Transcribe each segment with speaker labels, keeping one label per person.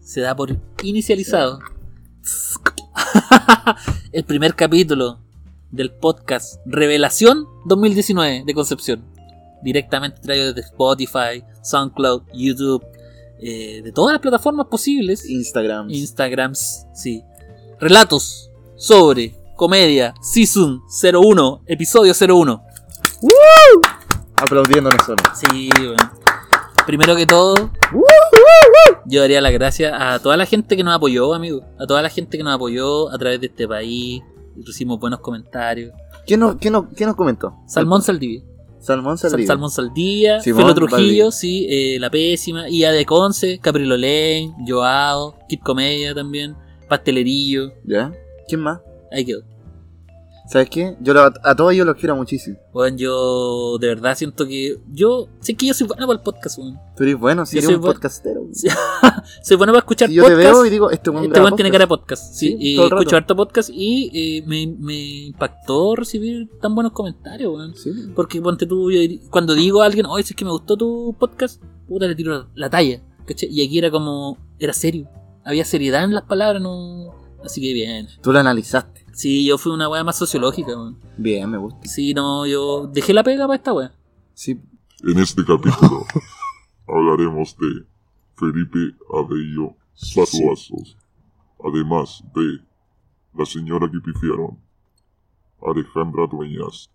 Speaker 1: se da por inicializado el primer capítulo del podcast Revelación 2019 de Concepción. Directamente traído desde Spotify, SoundCloud, YouTube, eh, de todas las plataformas posibles.
Speaker 2: Instagram.
Speaker 1: Instagrams, sí. Relatos sobre comedia Season 01, episodio 01.
Speaker 2: Aplaudiéndonos solo.
Speaker 1: Sí, bueno. Primero que todo, yo daría las gracias a toda la gente que nos apoyó, amigo. A toda la gente que nos apoyó a través de este país. Recibimos buenos comentarios.
Speaker 2: ¿Quién nos, quién nos- quién nos comentó?
Speaker 1: Salmón Saldivia.
Speaker 2: Salmón
Speaker 1: Sal-
Speaker 2: Saldivia.
Speaker 1: Salmón Saldivia,
Speaker 2: Simón
Speaker 1: Felo Trujillo,
Speaker 2: Valdivia.
Speaker 1: sí, eh, La Pésima, Ia de Conce, Caprilo Lane, Joao, Kid Comedia también, Pastelerillo,
Speaker 2: ¿Ya? ¿Quién más?
Speaker 1: ahí quedó.
Speaker 2: ¿Sabes qué? Yo lo- a todos ellos los quiero muchísimo.
Speaker 1: Bueno, yo de verdad siento que. Yo sé que yo soy bueno para el podcast, weón.
Speaker 2: Tú eres bueno, si
Speaker 1: Yo
Speaker 2: eres
Speaker 1: soy
Speaker 2: un
Speaker 1: buen-
Speaker 2: podcastero.
Speaker 1: Sí, Soy bueno para escuchar
Speaker 2: Si yo
Speaker 1: podcast.
Speaker 2: te veo y digo, este buen
Speaker 1: Este weón tiene cara de podcast, sí,
Speaker 2: Sí,
Speaker 1: y
Speaker 2: todo el rato.
Speaker 1: escucho harto podcast y eh, me, me impactó recibir tan buenos comentarios, weón.
Speaker 2: Sí.
Speaker 1: Porque ponte tú, yo dir- cuando digo a alguien, oye, si es que me gustó tu podcast, puta, le tiro la, la talla, ¿cachai? Y aquí era como, era serio, había seriedad en las palabras, no. Así que bien.
Speaker 2: Tú lo analizaste.
Speaker 1: Sí, yo fui una weá más sociológica, weón.
Speaker 2: Bien, me gusta.
Speaker 1: Sí, no, yo dejé la pega para esta weá.
Speaker 2: Sí.
Speaker 3: En este capítulo hablaremos de Felipe Abello Suazos, además de la señora que pifiaron, Alejandra Dueñas.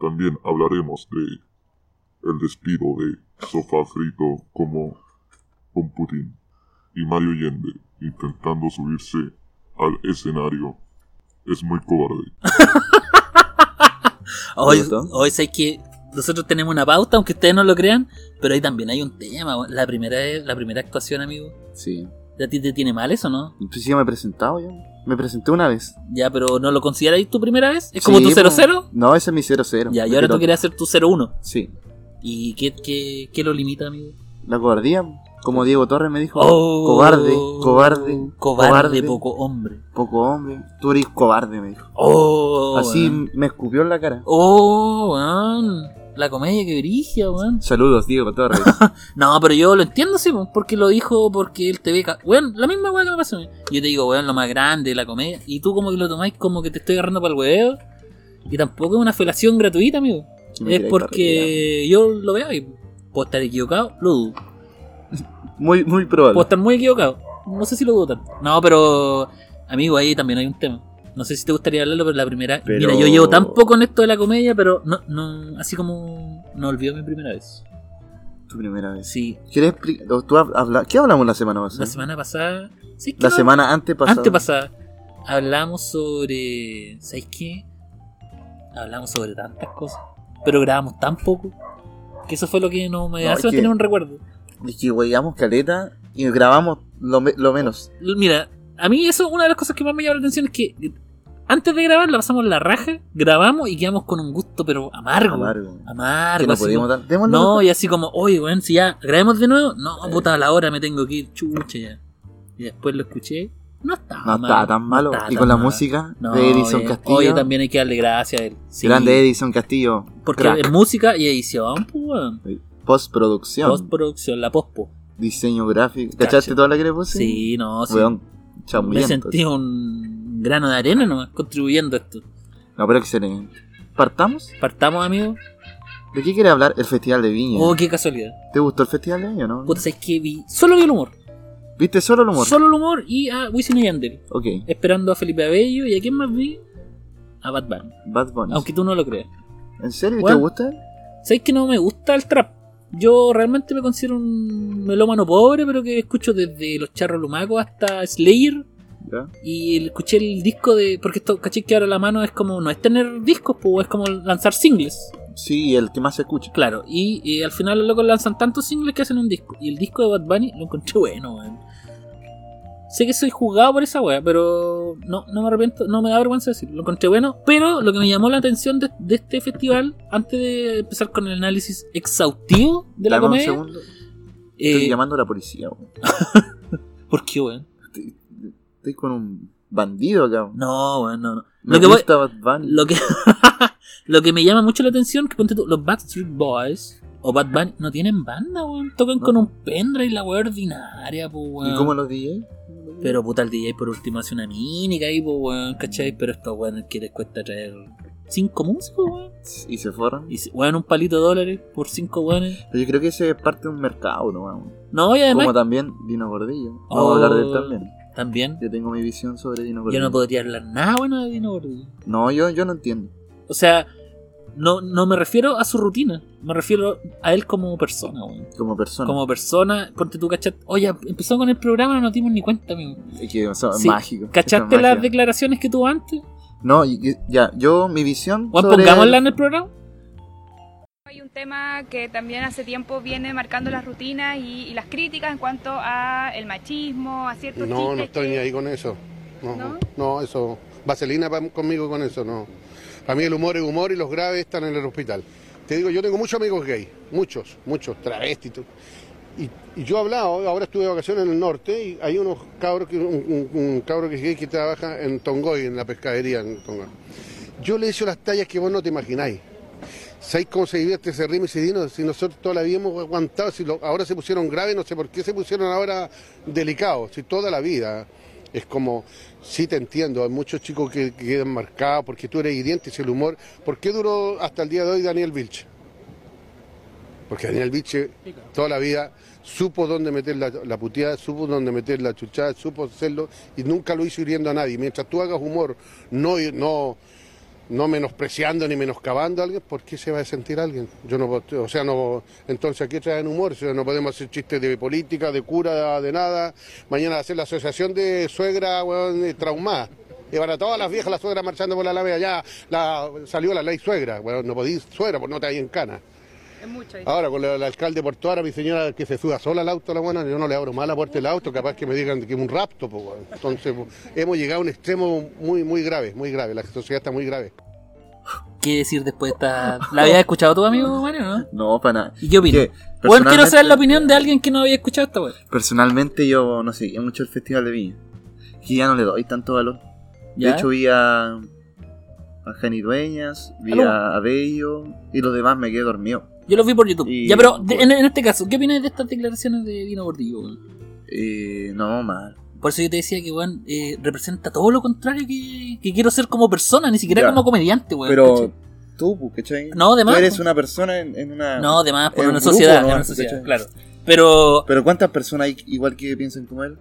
Speaker 3: También hablaremos de el despido de Sofá Frito como con Putin y Mario Allende intentando subirse al escenario. Es muy cobarde.
Speaker 1: Hoy,
Speaker 2: gustó?
Speaker 1: hoy sé que nosotros tenemos una pauta, aunque ustedes no lo crean, pero ahí también hay un tema, weón. La primera, la primera actuación, amigo.
Speaker 2: Sí.
Speaker 1: ¿A ti te tiene mal eso, no?
Speaker 2: Entonces sí, yo me he presentado ya. Me presenté una vez.
Speaker 1: Ya, pero ¿no lo consideráis tu primera vez? ¿Es como
Speaker 2: Sí,
Speaker 1: tu
Speaker 2: po.
Speaker 1: 0-0?
Speaker 2: No, ese es mi
Speaker 1: Ya,
Speaker 2: 0-0.
Speaker 1: y
Speaker 2: Me
Speaker 1: ahora
Speaker 2: quiero-
Speaker 1: tú querías hacer tu 0-1.
Speaker 2: Sí.
Speaker 1: ¿Y qué, qué, qué lo limita, amigo?
Speaker 2: La cobardía, como Diego Torres me dijo.
Speaker 1: Oh,
Speaker 2: cobarde, cobarde,
Speaker 1: cobarde.
Speaker 2: cobarde,
Speaker 1: poco hombre.
Speaker 2: poco hombre. Tú eres cobarde, me dijo.
Speaker 1: Oh,
Speaker 2: Así
Speaker 1: weón.
Speaker 2: me escupió en la cara.
Speaker 1: Oh, weón. La comedia que brigia, weón.
Speaker 2: Saludos, Diego Torres.
Speaker 1: No, pero yo lo entiendo, sí, po, porque lo dijo, porque él te ve. ca- Weón, la misma weón que me pasa a mí. Yo te digo, weón, lo más grande, la comedia. Y tú, como que lo tomáis como que te estoy agarrando para el weón. Y tampoco es una felación gratuita, amigo.
Speaker 2: Me
Speaker 1: Es
Speaker 2: tiré
Speaker 1: porque yo lo veo y puedo estar equivocado, lo dudo.
Speaker 2: para arriba. Muy, muy probable.
Speaker 1: Puedo estar muy equivocado. No sé si lo dudo tanto. No, pero. Amigo, ahí también hay un tema. No sé si te gustaría hablarlo, pero la primera.
Speaker 2: Pero-
Speaker 1: Mira, yo llevo tan poco en esto de la comedia, pero no, no. Así como. No olvido mi primera vez.
Speaker 2: Tu primera vez.
Speaker 1: Sí,
Speaker 2: ¿Quieres explicar? ¿Tú hab- habla- ¿Qué hablamos la semana pasada?
Speaker 1: la semana pasada. Sí, es que
Speaker 2: La
Speaker 1: no-
Speaker 2: semana antepasada.
Speaker 1: Antepasada. Hablamos sobre. ¿Sabes qué? Hablamos sobre tantas cosas. Pero grabamos tan poco. Que eso fue lo que no me
Speaker 2: No, es
Speaker 1: hace
Speaker 2: que-
Speaker 1: tener un recuerdo.
Speaker 2: Es que weyamos caleta y grabamos lo, me- lo menos.
Speaker 1: Mira, a mí eso, una de las cosas que más me llama la atención es que antes de grabar la pasamos la raja, grabamos y quedamos con un gusto, pero amargo. Amargo.
Speaker 2: Amargo. Que no
Speaker 1: así
Speaker 2: podíamos
Speaker 1: como-
Speaker 2: dar. Démosle
Speaker 1: no,
Speaker 2: mejor.
Speaker 1: y así como, oye, weón, si ya grabemos de nuevo, no,
Speaker 2: Eh.
Speaker 1: puta, a la hora me tengo que ir, chucha ya. Y después lo escuché, no estaba
Speaker 2: No
Speaker 1: malo,
Speaker 2: estaba tan
Speaker 1: no
Speaker 2: malo.
Speaker 1: estaba
Speaker 2: y
Speaker 1: tan
Speaker 2: con la
Speaker 1: malo.
Speaker 2: música
Speaker 1: No,
Speaker 2: de Edison
Speaker 1: bien.
Speaker 2: Castillo.
Speaker 1: Oye, también hay que darle gracias a él. Sí,
Speaker 2: Grande Edison Castillo.
Speaker 1: Porque
Speaker 2: crack.
Speaker 1: es música y edición, pues, weón.
Speaker 2: Postproducción.
Speaker 1: Postproducción, la pospo.
Speaker 2: diseño gráfico.
Speaker 1: Cacha.
Speaker 2: ¿Cachaste toda la que le puse?
Speaker 1: Sí, no, sí.
Speaker 2: Weón,
Speaker 1: Me
Speaker 2: chamuyento.
Speaker 1: sentí un grano de arena nomás contribuyendo a esto.
Speaker 2: No, pero excelente. ¿Partamos?
Speaker 1: Partamos, amigos.
Speaker 2: ¿De qué quiere hablar el Festival de Viña?
Speaker 1: Oh, qué casualidad.
Speaker 2: ¿Te gustó el Festival de Viña o no?
Speaker 1: Puta, ¿sabes qué? Vi... Solo vi el humor.
Speaker 2: ¿Viste solo el humor?
Speaker 1: Solo el humor y a Wisin y Yandel.
Speaker 2: Ok,
Speaker 1: Esperando a Felipe Abello y a quién más vi? A Bad Bunny.
Speaker 2: Bad Bunny.
Speaker 1: Aunque tú no lo creas.
Speaker 2: ¿En serio?
Speaker 1: Bueno.
Speaker 2: ¿Te gusta?
Speaker 1: ¿Sabes que no me gusta el trap? Yo realmente me considero un melómano pobre, pero que escucho desde los charros lumacos hasta Slayer.
Speaker 2: Ya.
Speaker 1: Y el- escuché el disco de. Porque esto, caché que ahora la mano es como. No es tener discos, pues es como lanzar singles.
Speaker 2: Sí, y el que más se escucha.
Speaker 1: Claro, y eh, al final los locos lanzan tantos singles que hacen un disco. Y el disco de Bad Bunny lo encontré bueno, weón. Sé que soy juzgado por esa wea, pero no, no me arrepiento, no me da vergüenza decirlo. Lo encontré bueno, pero lo que me llamó la atención de, de este festival, antes de empezar con el análisis exhaustivo de la
Speaker 2: Dame un
Speaker 1: comedia,
Speaker 2: segundo.
Speaker 1: eh,
Speaker 2: Estoy llamando a la policía. weón.
Speaker 1: ¿por qué, weón?
Speaker 2: Estoy, estoy con un bandido acá. weón.
Speaker 1: No, weón, no, no.
Speaker 2: Me
Speaker 1: Lo que, voy-
Speaker 2: gusta Bad Bunny.
Speaker 1: lo, que, lo que me llama mucho la atención, que ponte tú, los Backstreet Boys, o Bad Bunny no tienen banda, weón. Tocan con un pendrive la weá ordinaria, po, weón.
Speaker 2: ¿Y cómo los DJ?
Speaker 1: Pero puta, el DJ por último hace una mínica ahí, po, weón, ¿cachai? Pero estos weones que les cuesta traer cinco músicos, weón.
Speaker 2: Y se forran.
Speaker 1: Y se- weón, un palito de dólares por cinco weones.
Speaker 2: Pero yo creo que ese es parte de un mercado, ¿no? weón?
Speaker 1: No, y además
Speaker 2: Como también Dino Gordillo. Vamos
Speaker 1: Oh.
Speaker 2: a hablar de él también.
Speaker 1: también.
Speaker 2: Yo tengo mi visión sobre Dino
Speaker 1: Yo
Speaker 2: Gordillo.
Speaker 1: no podría hablar nada bueno de Dino Gordillo.
Speaker 2: No, yo, yo no entiendo.
Speaker 1: O sea, no, no me refiero a su rutina, me refiero a él como persona, weón.
Speaker 2: Como persona.
Speaker 1: Como persona, ponte tú, cachat. Oye, empezó con el programa, no nos dimos ni cuenta, amigo.
Speaker 2: Es que, o sea, es
Speaker 1: Sí.
Speaker 2: mágico.
Speaker 1: ¿Cachaste
Speaker 2: Es magia.
Speaker 1: las declaraciones que tuvo antes?
Speaker 2: No, y- y- ya, yo, mi visión.
Speaker 1: Weón,
Speaker 2: sobre-
Speaker 1: pongámosla en el programa.
Speaker 4: Hay un tema que también hace tiempo viene marcando las rutinas y, y las críticas en cuanto a el machismo, a ciertos
Speaker 5: No,
Speaker 4: chistes
Speaker 5: no estoy
Speaker 4: que-
Speaker 5: ni ahí con eso. No,
Speaker 4: ¿No?
Speaker 5: no, eso. Vaselina pa- conmigo con eso, no. Para mí el humor es humor y los graves están en el hospital. Te digo, yo tengo muchos amigos gay, muchos, muchos, travestis. tú. Y, y yo he hablado, ahora estuve de vacaciones en el norte y hay unos cabros, que, un, un- un cabro que es gay que trabaja en Tongoy, en la pescadería en Tongoy. Yo le he hecho las tallas que vos no te imagináis. ¿Sabéis cómo se divierte ese ritmo y ese dino? Si nosotros toda la vida hemos aguantado, si lo- ahora se pusieron graves, no sé por qué se pusieron ahora delicados, si toda la vida. Es como, sí te entiendo, hay muchos chicos que que quedan marcados porque tú eres hiriente, es el humor. ¿Por qué duró hasta el día de hoy Daniel Vilche? Porque Daniel Vilche toda la vida supo dónde meter la, la puteada, supo dónde meter la chuchada, supo hacerlo y nunca lo hizo hiriendo a nadie. Mientras tú hagas humor, no, no, no menospreciando ni menoscabando a alguien, ¿por qué se va a sentir alguien? Yo no, puedo- o sea, no, entonces aquí traen humor, O sea, no podemos hacer chistes de política, de cura, de nada. Mañana va a ser la asociación de suegra, weón, de traumada. Y van a todas las viejas, la suegra marchando por la alameda, ya la, salió la ley suegra, weón, no podís suegra, por no te hay en cana.
Speaker 4: Es mucho. dice.
Speaker 5: Ahora, con el alcalde de Porto Ara, mi señora que se suba sola al auto, la buena, yo no le abro más la puerta del auto, capaz que me digan que es un rapto. po, weón. Entonces, po, hemos llegado a un extremo muy, muy grave, muy grave. La sociedad está muy grave.
Speaker 1: ¿Qué decir después de esta.? ¿La habías escuchado tu amigo, Mario, no?
Speaker 2: No, para nada.
Speaker 1: ¿Y qué opinas?
Speaker 2: Que,
Speaker 1: Bueno, quiero saber la
Speaker 2: personalmente- eh,
Speaker 1: opinión de alguien que no había escuchado esta weá.
Speaker 2: Personalmente, yo no sé, mucho el Festival de Viña. Que ya no le doy tanto valor.
Speaker 1: ¿Ya?
Speaker 2: De hecho, vi a. A Jenny Dueñas, vi
Speaker 1: Aló.
Speaker 2: a Bello y los demás me quedé dormido.
Speaker 1: Yo los vi por YouTube.
Speaker 2: Y-
Speaker 1: Ya, pero de- en, en este caso, ¿qué opinas de estas declaraciones de Dino Gordillo? weón?
Speaker 2: Eh, no, mal.
Speaker 1: Por eso yo te decía que, weón, eh, representa todo lo contrario que, que quiero ser como persona, ni siquiera
Speaker 2: Ya.
Speaker 1: como comediante, weón.
Speaker 2: Pero
Speaker 1: ¿cachai?
Speaker 2: tú, pues, ¿cachai?
Speaker 1: No, de más,
Speaker 2: Tú eres
Speaker 1: pues.
Speaker 2: una persona en, en una.
Speaker 1: No, además, por
Speaker 2: en
Speaker 1: una
Speaker 2: un grupo,
Speaker 1: sociedad,
Speaker 2: ¿no?
Speaker 1: en una sociedad,
Speaker 2: ¿Cachai?
Speaker 1: claro. Pero,
Speaker 2: Pero ¿cuántas personas hay igual que piensan como él?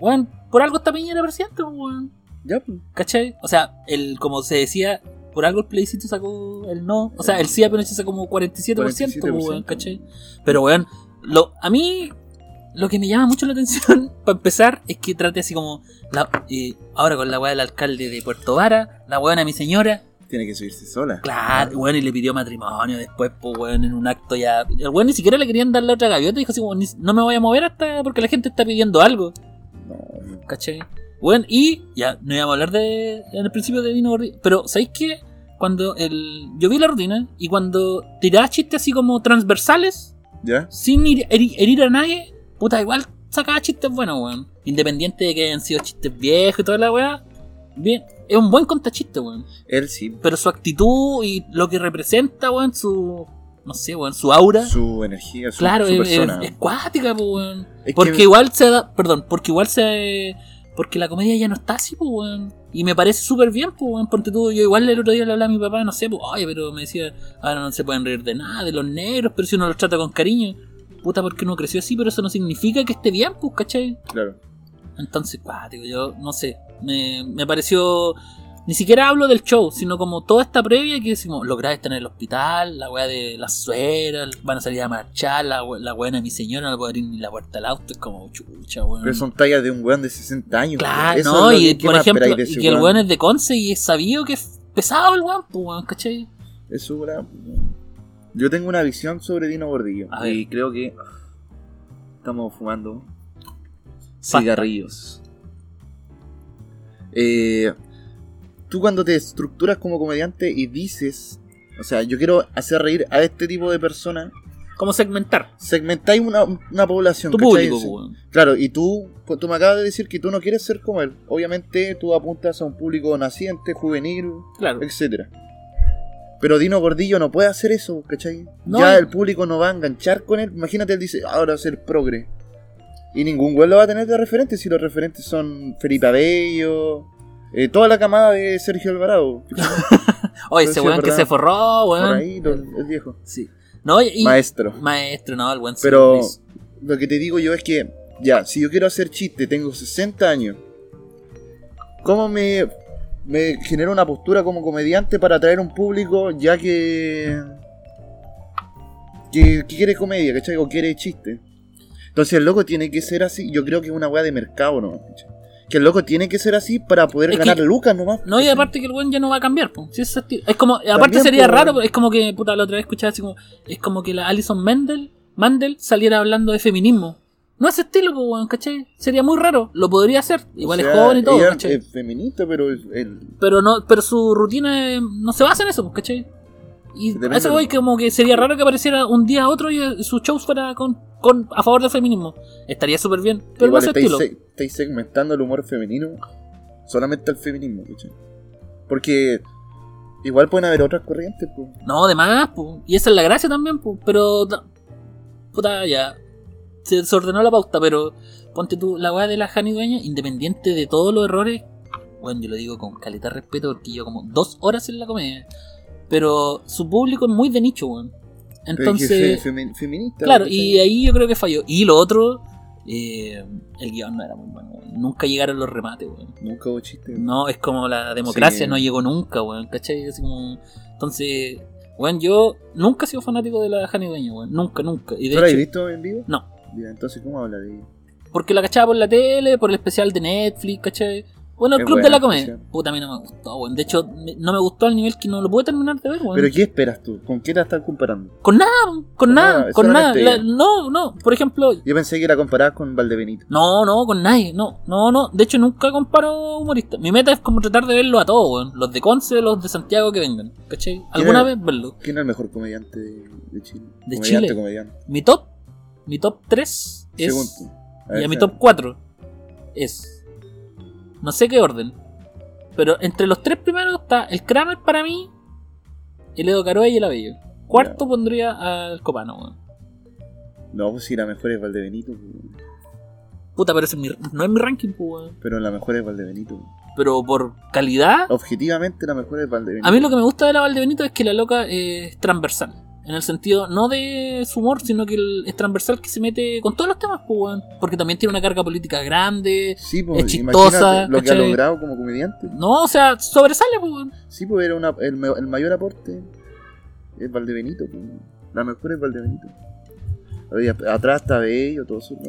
Speaker 1: weón, por algo está Piñera presidente, weón.
Speaker 2: Ya, pues.
Speaker 1: ¿Cachai? O sea, el, como se decía, por algo el plebiscito sacó el no. O sea, el sí a Pinochet sacó como 47%,
Speaker 2: 47%,
Speaker 1: weón, ¿cachai? Pero, weón, lo, a mí lo que me llama mucho la atención, para empezar, es que trate así como, la- eh, ahora con la weá del alcalde de Puerto Vara, la weona mi señora,
Speaker 2: Tiene que subirse sola.
Speaker 1: claro, weón, y le pidió matrimonio después, pues, weón, en un acto ya. El weón ni siquiera le querían dar la otra gaviota, dijo así como, "Ni- no me voy a mover hasta porque la gente está pidiendo algo.
Speaker 2: No.
Speaker 1: ¿Cachai? Bueno, y ya, no íbamos a hablar de. En el principio de Dino Gordillo. Pero, ¿sabéis qué? Cuando el. Yo vi la rutina y cuando tiraba chistes así como transversales,
Speaker 2: ¿Ya?
Speaker 1: sin heri- heri- herir a nadie, puta, igual sacaba chistes buenos, weón. Independiente de que hayan sido chistes viejos y toda la weá. Bien, es un buen contachiste, weón.
Speaker 2: Él sí.
Speaker 1: Pero su actitud y lo que representa, weón, su. No sé, weón, su aura.
Speaker 2: Su energía, su,
Speaker 1: Claro,
Speaker 2: su
Speaker 1: es,
Speaker 2: persona.
Speaker 1: es- es cuática, po, weón.
Speaker 2: Es
Speaker 1: Porque
Speaker 2: que-
Speaker 1: igual se da. Perdón, porque igual se. Porque la comedia ya no está así, po, weón. Y me parece súper bien, po, weón. Ponte tú, yo igual el otro día le hablaba a mi papá, no sé, po, oye, pero me decía, ahora no se pueden reír de nada, de los negros, pero si uno los trata con cariño. Puta, porque uno creció así, pero eso no significa que esté bien, pues, ¿cachai?
Speaker 2: Claro.
Speaker 1: Entonces, cuático, yo no sé. Me, me pareció. Ni siquiera hablo del show, sino como toda esta previa que decimos, los graves están en el hospital, la weá de las sueras, van a salir a marchar, la, we- la buena de mi señora no le puede abrir ni la puerta del auto, es como chucha, weón.
Speaker 2: Pero son tallas de un weón de 60 años.
Speaker 1: Claro,
Speaker 2: Eso
Speaker 1: no,
Speaker 2: es lo
Speaker 1: y
Speaker 2: que- ¿qué
Speaker 1: por
Speaker 2: más
Speaker 1: ejemplo,
Speaker 2: esperáis de
Speaker 1: y
Speaker 2: ese
Speaker 1: que el weón es de Conce y es sabido que es pesado el weón, pues weón, ¿cachai?
Speaker 2: Es su weá, weón. Yo tengo una visión sobre Dino Gordillo.
Speaker 1: A
Speaker 2: Y creo que. Estamos fumando.
Speaker 1: Pasta.
Speaker 2: Cigarrillos. Eh, tú cuando te estructuras como comediante y dices. O sea, yo quiero hacer reír a este tipo de personas.
Speaker 1: ¿Cómo segmentar?
Speaker 2: Segmentáis una, una población.
Speaker 1: Tu
Speaker 2: ¿cachai?
Speaker 1: público,
Speaker 2: Sí.
Speaker 1: weón.
Speaker 2: Claro, y tú, pues, tú me acabas de decir que tú no quieres ser como él. Obviamente tú apuntas a un público naciente, juvenil,
Speaker 1: Claro.
Speaker 2: etcétera. Pero Dino Gordillo no puede hacer eso, ¿cachai?
Speaker 1: No.
Speaker 2: Ya el público no va a enganchar con él. Imagínate, él dice, ahora ser progre. Y ningún güey lo va a tener de referente si los referentes son Felipe Abello, eh, toda la camada de Sergio Alvarado.
Speaker 1: Oye,
Speaker 2: Pero
Speaker 1: ese
Speaker 2: sí,
Speaker 1: weón que
Speaker 2: ¿verdad?
Speaker 1: se forró,
Speaker 2: Por
Speaker 1: weón.
Speaker 2: ahí, lo- el viejo.
Speaker 1: Sí. No, Ah. y,
Speaker 2: Maestro.
Speaker 1: maestro, no, el buen sí
Speaker 2: Pero-
Speaker 1: lo hizo.
Speaker 2: Lo que te digo yo es que, ya, si yo quiero hacer chiste, tengo 60 años, ¿cómo me, me genero una postura como comediante para atraer un público ya que, que, que quiere comedia, ¿cachai? O quiere chiste. Entonces el loco tiene que ser así, yo creo que es una weá de mercado, ¿no? ¿Cachai? Que el loco tiene que ser así para poder
Speaker 1: Es que-
Speaker 2: ganar lucas nomás.
Speaker 1: No, y aparte que el weón ya no va a cambiar, po. Sí, ese tío- es como, aparte
Speaker 2: También,
Speaker 1: sería
Speaker 2: po,
Speaker 1: raro,
Speaker 2: weón.
Speaker 1: es como que, puta, la otra vez escuchaba así como, es como que la Alison Mendel, Mandel saliera hablando de feminismo. No ese estilo, po, weón, ¿cachai? Sería muy raro, lo podría hacer, igual
Speaker 2: O
Speaker 1: es
Speaker 2: sea,
Speaker 1: joven y todo,
Speaker 2: ella eh,
Speaker 1: ¿cachai?
Speaker 2: Es feminista, pero es- el-
Speaker 1: Pero no, pero su rutina eh, no se basa en eso, pues, ¿cachai? Y
Speaker 2: Depende
Speaker 1: a eso voy, como que sería raro que apareciera un día a otro y eh, su show fuera con, con, a favor del feminismo. Estaría súper bien, pero
Speaker 2: igual
Speaker 1: no es su
Speaker 2: estáis,
Speaker 1: estilo.
Speaker 2: se- estáis segmentando el humor femenino solamente al feminismo, ¿cachai? Porque igual pueden haber otras corrientes, pues.
Speaker 1: No, de más, po. y esa es la gracia también, po. pero. ta- Puta, ya. Se desordenó la pauta, pero ponte tú la weá de la Jani Dueña, independiente de todos los errores. Bueno, yo lo digo con caleta de respeto porque yo como dos horas en la comedia. Pero su público es muy de nicho, weón.
Speaker 2: Pero es que
Speaker 1: Entonces.
Speaker 2: fe- femi- feminista.
Speaker 1: Claro,
Speaker 2: ¿cachai?
Speaker 1: y ahí yo creo que falló. Y lo otro, eh, el guión no era muy bueno. weón. Nunca llegaron los remates, weón.
Speaker 2: Nunca hubo chiste.
Speaker 1: No, es como la democracia
Speaker 2: Sí.
Speaker 1: no llegó nunca, weón. ¿Cachai? Así como- Entonces, weón, yo nunca he sido fanático de la Jani Dueño, weón. Nunca, nunca. Y de
Speaker 2: ¿Tú la has
Speaker 1: hecho-
Speaker 2: visto en vivo?
Speaker 1: No.
Speaker 2: Ya, entonces, ¿cómo habla de ella?
Speaker 1: porque la cachaba por la tele, por el especial de Netflix, ¿cachai? Bueno, el
Speaker 2: Es
Speaker 1: Club
Speaker 2: buena
Speaker 1: de la Comedia.
Speaker 2: especial.
Speaker 1: Puta, a mí no me gustó, weón. De hecho, me- no me gustó al nivel que no lo pude terminar de ver, weón.
Speaker 2: ¿Pero Ah, qué esperas tú? ¿Con qué la estás comparando?
Speaker 1: Con nada, weón. con
Speaker 2: Con
Speaker 1: nada,
Speaker 2: nada,
Speaker 1: con nada.
Speaker 2: solamente
Speaker 1: La- no, no. Por ejemplo,
Speaker 2: Yo pensé que la comparabas con Valdebenito.
Speaker 1: No, no, con nadie, no, no, no. De hecho, nunca comparo humoristas. Mi meta es como tratar de verlos a todos, weón. Los de Conce, los de Santiago que vengan, ¿cachai? Alguna
Speaker 2: era?
Speaker 1: vez verlos.
Speaker 2: ¿Quién es el mejor comediante de, de Chile?
Speaker 1: ¿De
Speaker 2: comediante,
Speaker 1: Chile?
Speaker 2: comediante.
Speaker 1: Mi top, mi top 3 es.
Speaker 2: Según tú.
Speaker 1: y
Speaker 2: A ver,
Speaker 1: a mi
Speaker 2: espera.
Speaker 1: top 4 es. No sé qué orden. Pero entre los tres primeros está el Kramer para mí, el Edo Caroe y el Abello. Cuarto pondría al Copano, weón.
Speaker 2: No, pues si la mejor es Valdebenito. pues.
Speaker 1: Puta, pero ese es mi- no es mi ranking, pues, weón.
Speaker 2: Pero la mejor es Valdebenito. pues.
Speaker 1: Pero por calidad,
Speaker 2: Objetivamente, la mejor es Valdebenito.
Speaker 1: A mí lo que me gusta de la Valdebenito es que la loca eh, es transversal. En el sentido, no de su humor, sino que el- es transversal que se mete con todos los temas, pues, weón. Porque también tiene una carga política grande.
Speaker 2: Sí, pues,
Speaker 1: es
Speaker 2: imagínate
Speaker 1: chistosa,
Speaker 2: lo que
Speaker 1: ¿cachai?
Speaker 2: ha logrado como comediante.
Speaker 1: No, o sea, sobresale, pues, weón.
Speaker 2: Sí, pues era una- el, me- el mayor aporte es Valdebenito. pues. La mejor es Valdebenito. Oye, ap- atrás está Bello, todo eso. ¿no?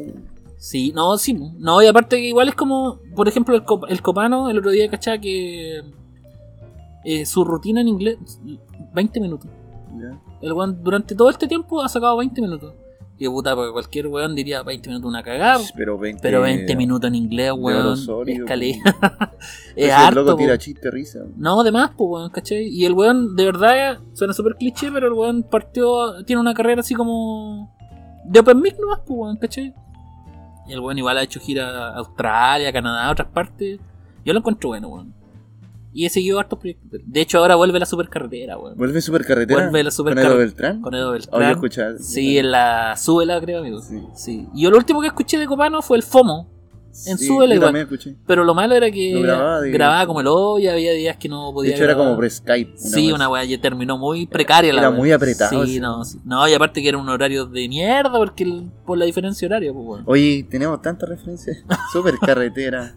Speaker 1: Sí, no, sí. No, y aparte que igual es como, por ejemplo, el, Cop- el Copano, el otro día, ¿cachai? Que eh, su rutina en inglés, 20 minutos.
Speaker 2: Ya.
Speaker 1: El weón durante todo este tiempo ha sacado 20 minutos. Y puta, porque cualquier weón diría 20 minutos una cagada.
Speaker 2: Pero 20,
Speaker 1: Pero 20 minutos en inglés,
Speaker 2: de
Speaker 1: weón.
Speaker 2: oro sólido,
Speaker 1: es calé.
Speaker 2: pues.
Speaker 1: es
Speaker 2: Entonces El
Speaker 1: harto,
Speaker 2: loco
Speaker 1: po.
Speaker 2: tira chiste, risa.
Speaker 1: No, además, pues, weón, ¿cachai? Y el weón, de verdad, suena súper cliché, pero el weón partió, tiene una carrera así como. de Open Mic nomás, pues, weón, ¿cachai? Y el weón igual ha hecho gira a Australia, Canadá, a otras partes. Yo lo encuentro bueno, weón. Y he seguido hartos proyectos. De hecho, ahora vuelve la supercarretera, weón.
Speaker 2: Vuelve Supercarretera.
Speaker 1: Vuelve la
Speaker 2: Con Edo
Speaker 1: supercarretera.
Speaker 2: Beltrán.
Speaker 1: Con Edo
Speaker 2: Oye,
Speaker 1: Beltrán.
Speaker 2: escuchar.
Speaker 1: sí, en la súbela, creo, amigo. Sí.
Speaker 2: Sí.
Speaker 1: Y yo lo último que escuché de Copano fue el FOMO. en
Speaker 2: Sí,
Speaker 1: Súbela
Speaker 2: yo
Speaker 1: igual.
Speaker 2: también escuché.
Speaker 1: Pero lo malo era que
Speaker 2: Lo grababa de-
Speaker 1: grababa como el hoy, había días que no podía
Speaker 2: De hecho, era
Speaker 1: grabar.
Speaker 2: como por Skype.
Speaker 1: Sí,
Speaker 2: vez.
Speaker 1: una weá ya terminó muy precaria la
Speaker 2: Era
Speaker 1: weá.
Speaker 2: muy apretado
Speaker 1: Sí,
Speaker 2: ese.
Speaker 1: no, sí. No, y aparte que era un horario de mierda porque el- por la diferencia horaria, pues weón.
Speaker 2: Oye, tenemos tantas referencias. Supercarretera.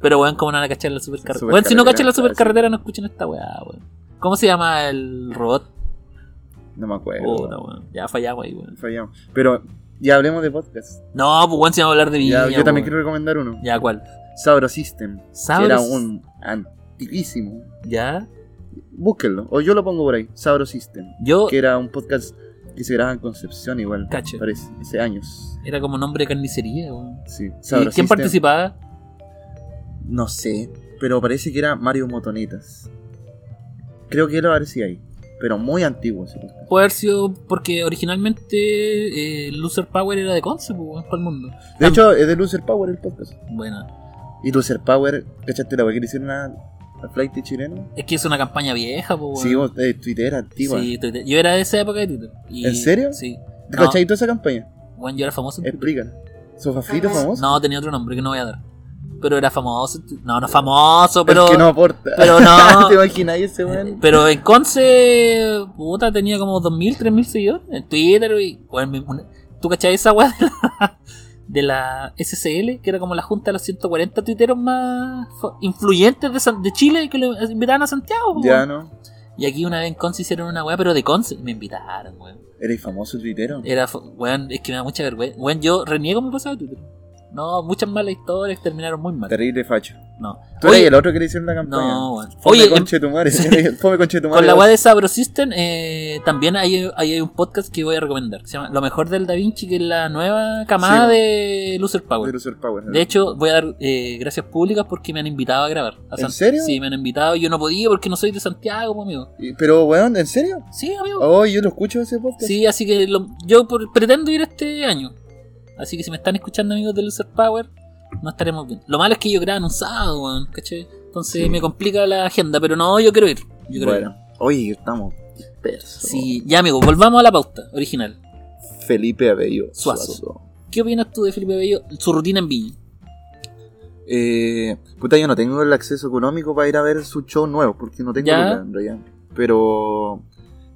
Speaker 1: Pero weón, ¿cómo no van a cachar la supercarretera?
Speaker 2: Supercarretera,
Speaker 1: Weón, si no cachan la
Speaker 2: claro,
Speaker 1: supercarretera, no escuchen esta weá, weón. ¿Cómo se llama el robot?
Speaker 2: No me acuerdo.
Speaker 1: Puta, weón. Ya fallamos ahí, weón.
Speaker 2: Fallamos. Pero ya hablemos de podcast.
Speaker 1: No, pues weón, si vamos a hablar de
Speaker 2: Ya,
Speaker 1: viña.
Speaker 2: yo también quiero
Speaker 1: weón.
Speaker 2: recomendar uno.
Speaker 1: Ya, ¿cuál?
Speaker 2: Sabro System.
Speaker 1: ¿Sabes?
Speaker 2: Era un antiguísimo.
Speaker 1: Ya.
Speaker 2: Búsquenlo. O yo lo pongo por ahí. Sabro System.
Speaker 1: Yo
Speaker 2: Que era un podcast que se grababa en Concepción igual.
Speaker 1: Cacho.
Speaker 2: Parece. Hace años.
Speaker 1: era como nombre de carnicería, weón.
Speaker 2: Sí.
Speaker 1: ¿Y
Speaker 2: Sabro
Speaker 1: ¿Quién
Speaker 2: System.
Speaker 1: participaba?
Speaker 2: No sé. Pero parece que era Mario Motonetas. Creo que él aparecía ahí. Pero muy antiguo ese podcast.
Speaker 1: Puede haber sido porque originalmente eh, Loser Power era de Conce, pues, weón, para el mundo.
Speaker 2: De
Speaker 1: Ah.
Speaker 2: hecho, es de Loser Power el podcast.
Speaker 1: Bueno.
Speaker 2: Y Loser Power, ¿cachaste la wea que le hicieron a, ¿El flight chileno?
Speaker 1: Es que es una campaña vieja, pues.
Speaker 2: Sí, vos, eh, Twitter antigua.
Speaker 1: Sí, Twitter. Yo era de esa época de Twitter. Y-
Speaker 2: ¿En serio?
Speaker 1: Sí.
Speaker 2: ¿Te
Speaker 1: No,
Speaker 2: cachai toda esa campaña?
Speaker 1: bueno, yo era famoso. en Twitter.
Speaker 2: Explícala. ¿Sofafrito famoso?
Speaker 1: No, tenía otro nombre que no voy a dar. Pero era famoso. en Twitter. No, no famoso, pero.
Speaker 2: El que no aporta.
Speaker 1: pero no. Eh,
Speaker 2: ¿Te imaginas ese weón?
Speaker 1: Pero en Conce, puta, tenía como 2.000, 3.000 seguidores en Twitter. Y, bueno, mi- una- ¿Tú cachai esa weá de la, de la SCL? Que era como la junta de los 140 tuiteros más fo- influyentes de, San- de Chile que lo invitaban a Santiago. po.
Speaker 2: Ya, ¿no?
Speaker 1: Y aquí una vez en Conce hicieron una weá, pero de Conce. Me invitaron, weón.
Speaker 2: ¿Eres famoso tuitero?
Speaker 1: Era, fo- weón, es que me da mucha vergüenza. Weón, yo reniego mi pasado de Twitter. No, muchas malas historias terminaron muy mal.
Speaker 2: Terrible facho.
Speaker 1: No.
Speaker 2: Tú
Speaker 1: Oye,
Speaker 2: eres el otro que le hicieron la campaña.
Speaker 1: no, weón.
Speaker 2: Fome
Speaker 1: Oye, em-
Speaker 2: conche tu madre. Fome conche tu madre.
Speaker 1: Con la weá de Sabro System, eh, también hay, hay, hay un podcast que voy a recomendar. Se llama Lo mejor del Da Vinci, que es la nueva camada
Speaker 2: Sí.
Speaker 1: de Loser Power.
Speaker 2: Pero Sir Power.
Speaker 1: De hecho, voy a dar eh, gracias públicas porque me han invitado a grabar. A
Speaker 2: ¿En
Speaker 1: San-
Speaker 2: serio?
Speaker 1: Sí, me han invitado. Yo no podía porque no soy de Santiago, pues, amigo.
Speaker 2: Y- Pero, weón, ¿en serio?
Speaker 1: Sí, amigo.
Speaker 2: Oh, yo lo escucho ese podcast.
Speaker 1: Sí, así que lo- yo por- pretendo ir este año. Así que si me están escuchando, amigos de Loser Power, no estaremos bien. Lo malo es que yo graban un sábado, weón, ¿cachai? Entonces
Speaker 2: Sí.
Speaker 1: me complica la agenda, pero no, yo quiero ir. Yo quiero ir.
Speaker 2: bueno. Oye, estamos dispersos.
Speaker 1: Sí, ya, amigo, volvamos a la pauta original.
Speaker 2: Felipe Abello.
Speaker 1: Suazo. ¿Qué opinas tú de Felipe Bello? Su rutina en Viña.
Speaker 2: Eh, puta, yo no tengo el acceso económico para ir a ver sus shows nuevos, porque no tengo
Speaker 1: Ya.
Speaker 2: lugar, en realidad. Pero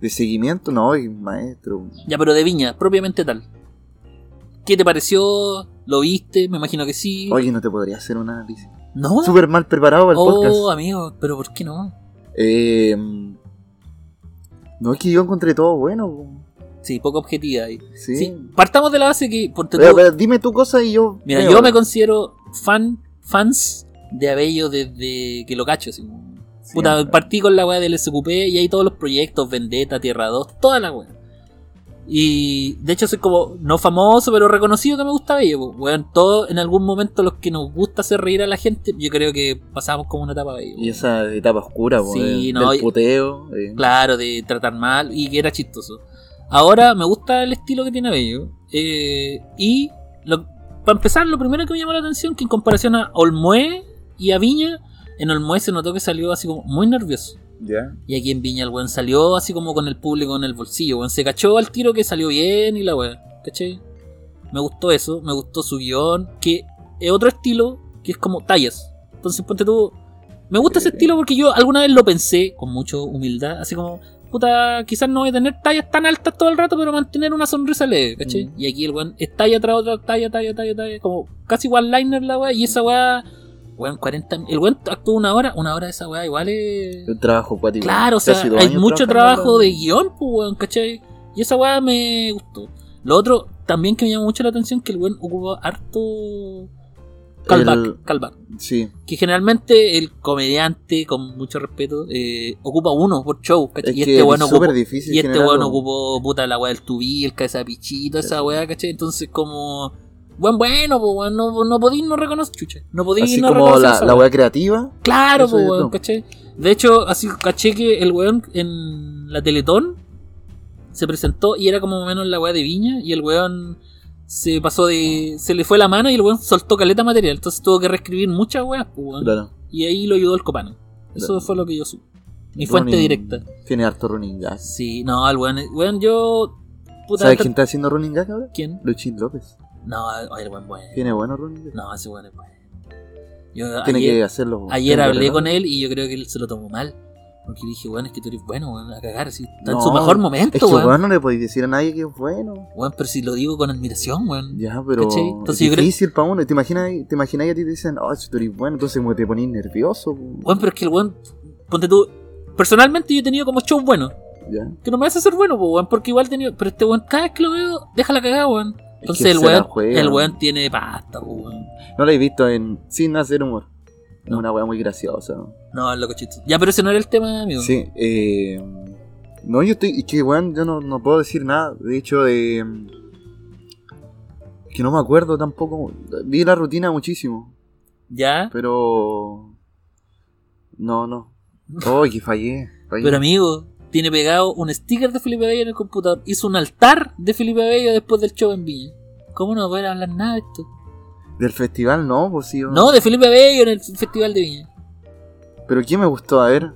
Speaker 2: de seguimiento, no, es maestro.
Speaker 1: Ya, pero de Viña, propiamente tal. ¿Qué te pareció? ¿Lo viste? Me imagino que sí.
Speaker 2: Oye, no te podría hacer un análisis.
Speaker 1: ¿No?
Speaker 2: Súper mal preparado para el
Speaker 1: Oh,
Speaker 2: podcast.
Speaker 1: amigo, pero ¿por qué no?
Speaker 2: Eh, no es que yo encontré todo bueno. po.
Speaker 1: Sí, poca objetividad ahí.
Speaker 2: Sí.
Speaker 1: Sí. Partamos de la base que... ponte tú-
Speaker 2: Pero, pero dime tu cosa y yo.
Speaker 1: mira,
Speaker 2: veo.
Speaker 1: yo me considero fan, fans de Abello desde que lo cacho. así como- Puta,
Speaker 2: Siempre.
Speaker 1: partí con la weá del SQP y ahí todos los proyectos, Vendetta, Tierra 2, toda la weá. Y de hecho soy como, no famoso, pero reconocido que me gusta Bello. po. Weón, todos en algún momento los que nos gusta hacer reír a la gente, yo creo que pasamos como una etapa Bello.
Speaker 2: Y esa etapa oscura, po,
Speaker 1: Sí,
Speaker 2: de-
Speaker 1: no,
Speaker 2: del
Speaker 1: y-
Speaker 2: puteo. eh.
Speaker 1: Claro, de tratar mal y que era chistoso. Ahora me gusta el estilo que tiene Bello. eh, y para empezar, lo primero que me llamó la atención que en comparación a Olmué y a Viña, en Olmué se notó que salió así como muy nervioso.
Speaker 2: Ya.
Speaker 1: Y aquí en Viña el weón salió así como con el público en el bolsillo, weón. Se cachó al tiro que salió bien y la weón. ¿Caché? Me gustó eso, me gustó su guión, que es otro estilo que es como tallas. Entonces ponte tú. Me gusta ese
Speaker 2: Sí.
Speaker 1: estilo porque yo alguna vez lo pensé con mucha humildad, así como, puta, quizás no voy a tener tallas tan altas todo el rato, pero mantener una sonrisa leve, ¿caché?
Speaker 2: Mm.
Speaker 1: Y aquí el weón es talla tras otra, talla, talla, talla, talla, como casi one-liner la weá, y esa weá, weón, 40. El weón actuó una hora, una hora de esa weá igual es.
Speaker 2: Un trabajo cuático.
Speaker 1: Claro, o sea,
Speaker 2: Casi dos
Speaker 1: hay
Speaker 2: años
Speaker 1: mucho
Speaker 2: trabajando.
Speaker 1: trabajo de guión, pues, weón, ¿cachai? Y esa weá me gustó. Lo otro, también que me llamó mucho la atención, que el weón ocupó harto callback,
Speaker 2: El-
Speaker 1: callback.
Speaker 2: Sí.
Speaker 1: Que generalmente el comediante, con mucho respeto, eh, ocupa uno por show, ¿cachai?
Speaker 2: Es
Speaker 1: y
Speaker 2: que
Speaker 1: este weón
Speaker 2: es súper
Speaker 1: ocupó,
Speaker 2: difícil.
Speaker 1: y este
Speaker 2: generar
Speaker 1: weón
Speaker 2: algo.
Speaker 1: ocupó puta la weá del tubí, el cabeza de pichito, esa
Speaker 2: Sí.
Speaker 1: weá, ¿cachai? Entonces como, bueno, bueno, pues, weón, no, no podís no reconocer, chucha, no podís
Speaker 2: Así
Speaker 1: no
Speaker 2: como
Speaker 1: reconocer
Speaker 2: la,
Speaker 1: esa
Speaker 2: la
Speaker 1: weá.
Speaker 2: weá creativa.
Speaker 1: Claro,
Speaker 2: Eso
Speaker 1: po,
Speaker 2: yo
Speaker 1: weón,
Speaker 2: no.
Speaker 1: ¿cachai? De hecho, así caché que el weón en la Teletón se presentó y era como más o menos la weá de Viña y el weón se pasó de. se le fue la mano y el weón soltó caleta material. Entonces tuvo que reescribir muchas weas, po, weón.
Speaker 2: Claro.
Speaker 1: ¿Ah? Y ahí lo ayudó el copano. Eso
Speaker 2: Claro.
Speaker 1: fue lo que yo supe. Mi fuente
Speaker 2: Running-
Speaker 1: directa.
Speaker 2: Tiene harto running gag.
Speaker 1: Sí, no, el weón. Weón, yo. Puta,
Speaker 2: ¿Sabes
Speaker 1: esta-
Speaker 2: quién está haciendo running gag ahora?
Speaker 1: ¿Quién?
Speaker 2: Luchín López.
Speaker 1: No, ay, el weón bueno.
Speaker 2: Tiene buenos running gag.
Speaker 1: No, ese weón es bueno. Yo
Speaker 2: Tiene
Speaker 1: ayer-
Speaker 2: que hacerlo.
Speaker 1: Ayer hablé con él y yo creo que él se lo tomó mal. Porque le dije, bueno, es que tú eres bueno, weón, a cagar. Si está en
Speaker 2: No,
Speaker 1: su mejor
Speaker 2: Es
Speaker 1: momento,
Speaker 2: que
Speaker 1: weón.
Speaker 2: weón no le podéis decir a nadie que es bueno.
Speaker 1: Weón, pero si lo digo con admiración, weón.
Speaker 2: Ya, pero
Speaker 1: ¿Cachai? Entonces yo
Speaker 2: es
Speaker 1: creo-
Speaker 2: difícil para uno. ¿Te imaginas, te imaginas que a ti te dicen, oh, si tú eres bueno, entonces como te ponís nervioso. po.
Speaker 1: Weón, pero es que el weón, ponte tú. Personalmente yo he tenido como show bueno.
Speaker 2: Ya.
Speaker 1: Que no me hace ser bueno, po, weón, porque igual he tenido. Pero este weón, cada vez que lo veo, deja la cagada, weón. Entonces
Speaker 2: que
Speaker 1: el
Speaker 2: se la
Speaker 1: weón,
Speaker 2: juega.
Speaker 1: el weón tiene pasta, po, weón.
Speaker 2: No lo he visto en sin hacer humor. Es
Speaker 1: No.
Speaker 2: una weá muy graciosa. ¿no?
Speaker 1: No, es loco chito. Ya, pero ese no era el tema, amigo.
Speaker 2: Sí, eh, no, yo estoy. Es que, weón, yo no, no puedo decir nada. De hecho, de. Que no me acuerdo tampoco. Vi la rutina muchísimo,
Speaker 1: Ya.
Speaker 2: pero. No, no. Oh, que fallé. fallé.
Speaker 1: Pero amigo, tiene pegado un sticker de Felipe Bello en el computador. Hizo un altar de Felipe Bello después del show en Viña. ¿Cómo no poder hablar nada de esto?
Speaker 2: Del festival no, pues sí.
Speaker 1: No, de Felipe Bello en el Festival de Viña.
Speaker 2: Pero ¿quién me gustó? A ver.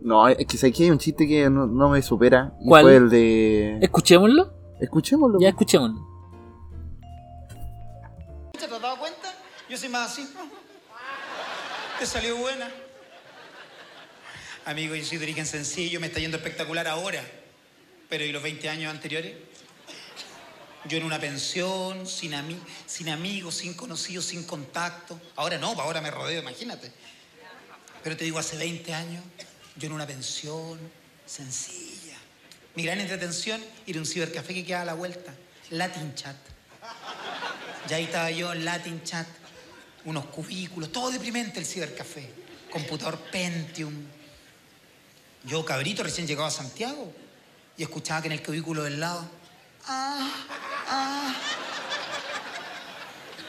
Speaker 2: No, es que aquí hay un chiste que no, no me supera. Y
Speaker 1: ¿Cuál?
Speaker 2: fue el de.
Speaker 1: Escuchémoslo.
Speaker 2: Escuchémoslo.
Speaker 1: Ya escuchémoslo.
Speaker 6: ¿Te has dado cuenta? Yo soy más así. Te salió buena. Amigo, yo soy de origen sencillo, me está yendo espectacular ahora. Pero ¿y los 20 años anteriores? Yo en una pensión, sin, ami- sin amigos, sin conocidos, sin contacto. Ahora no, pa' ahora me rodeo, imagínate. Pero te digo, hace 20 años, yo en una pensión sencilla. Mi gran entretención, ir a un cibercafé que queda a la vuelta. Latin Chat. Ya ahí estaba yo en Latin Chat, unos cubículos, todo deprimente el cibercafé. Computador Pentium. Yo, cabrito, recién llegaba a Santiago y escuchaba que en el cubículo del lado. Ah, ah.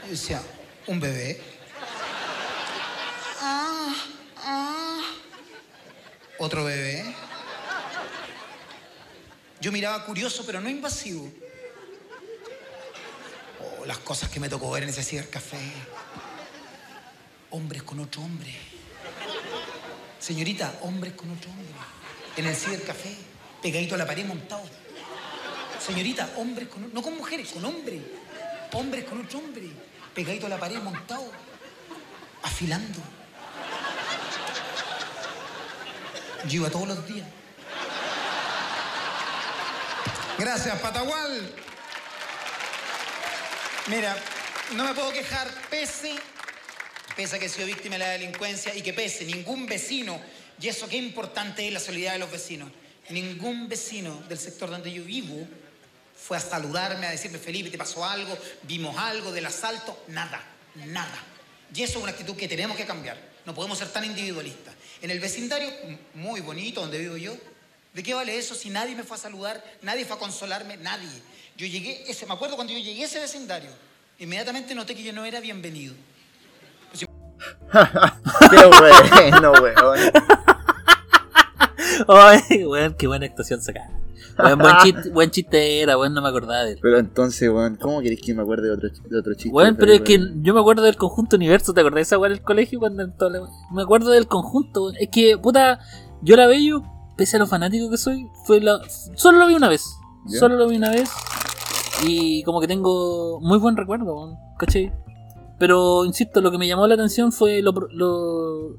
Speaker 6: Y decía, ¿un bebé? Ah, ah. ¿Otro bebé? Yo miraba curioso, pero no invasivo. Oh, las cosas que me tocó ver en ese cibercafé. Hombres con otro hombre. Señorita, hombres con otro hombre. En el cibercafé, pegadito a la pared montado. Señorita, hombres con o- No con mujeres, con hombres. Hombres con otro hombre. Pegadito a la pared montado. Afilando. Yo iba todos los días. Gracias, Patagual. Mira, no me puedo quejar, pese, pese a que he sido víctima de la delincuencia y que pese, ningún vecino, y eso qué importante es la solidaridad de los vecinos, ningún vecino del sector donde yo vivo fue a saludarme, a decirme, Felipe, ¿te pasó algo? ¿Vimos algo del asalto? Nada, nada. Y eso es una actitud que tenemos que cambiar. No podemos ser tan individualistas. En el vecindario, m- muy bonito donde vivo yo, ¿de qué vale eso si nadie me fue a saludar, nadie fue a consolarme, nadie? Yo llegué, ese, me acuerdo cuando yo llegué a ese vecindario, inmediatamente noté que yo no era bienvenido.
Speaker 2: Qué bueno, weón.
Speaker 1: Ay, weón, qué buena actuación sacada. Weón, buen, chiste, buen chiste era, weón, no me acordaba de él.
Speaker 2: Pero entonces, weón, ¿cómo queréis que me acuerde de otro, ch- de otro chiste?
Speaker 1: Weón, pero es que
Speaker 2: weón?
Speaker 1: yo me acuerdo del conjunto universo, ¿te acordás de esa weón del colegio? cuando en todo la- Me acuerdo del conjunto, weón. es que, puta, yo la veo, pese a lo fanático que soy, fue la... solo lo vi una vez.
Speaker 2: Ya.
Speaker 1: Solo lo vi una vez y como que tengo muy buen recuerdo, weón, ¿cachai? Pero, insisto, lo que me llamó la atención fue lo, pro- lo,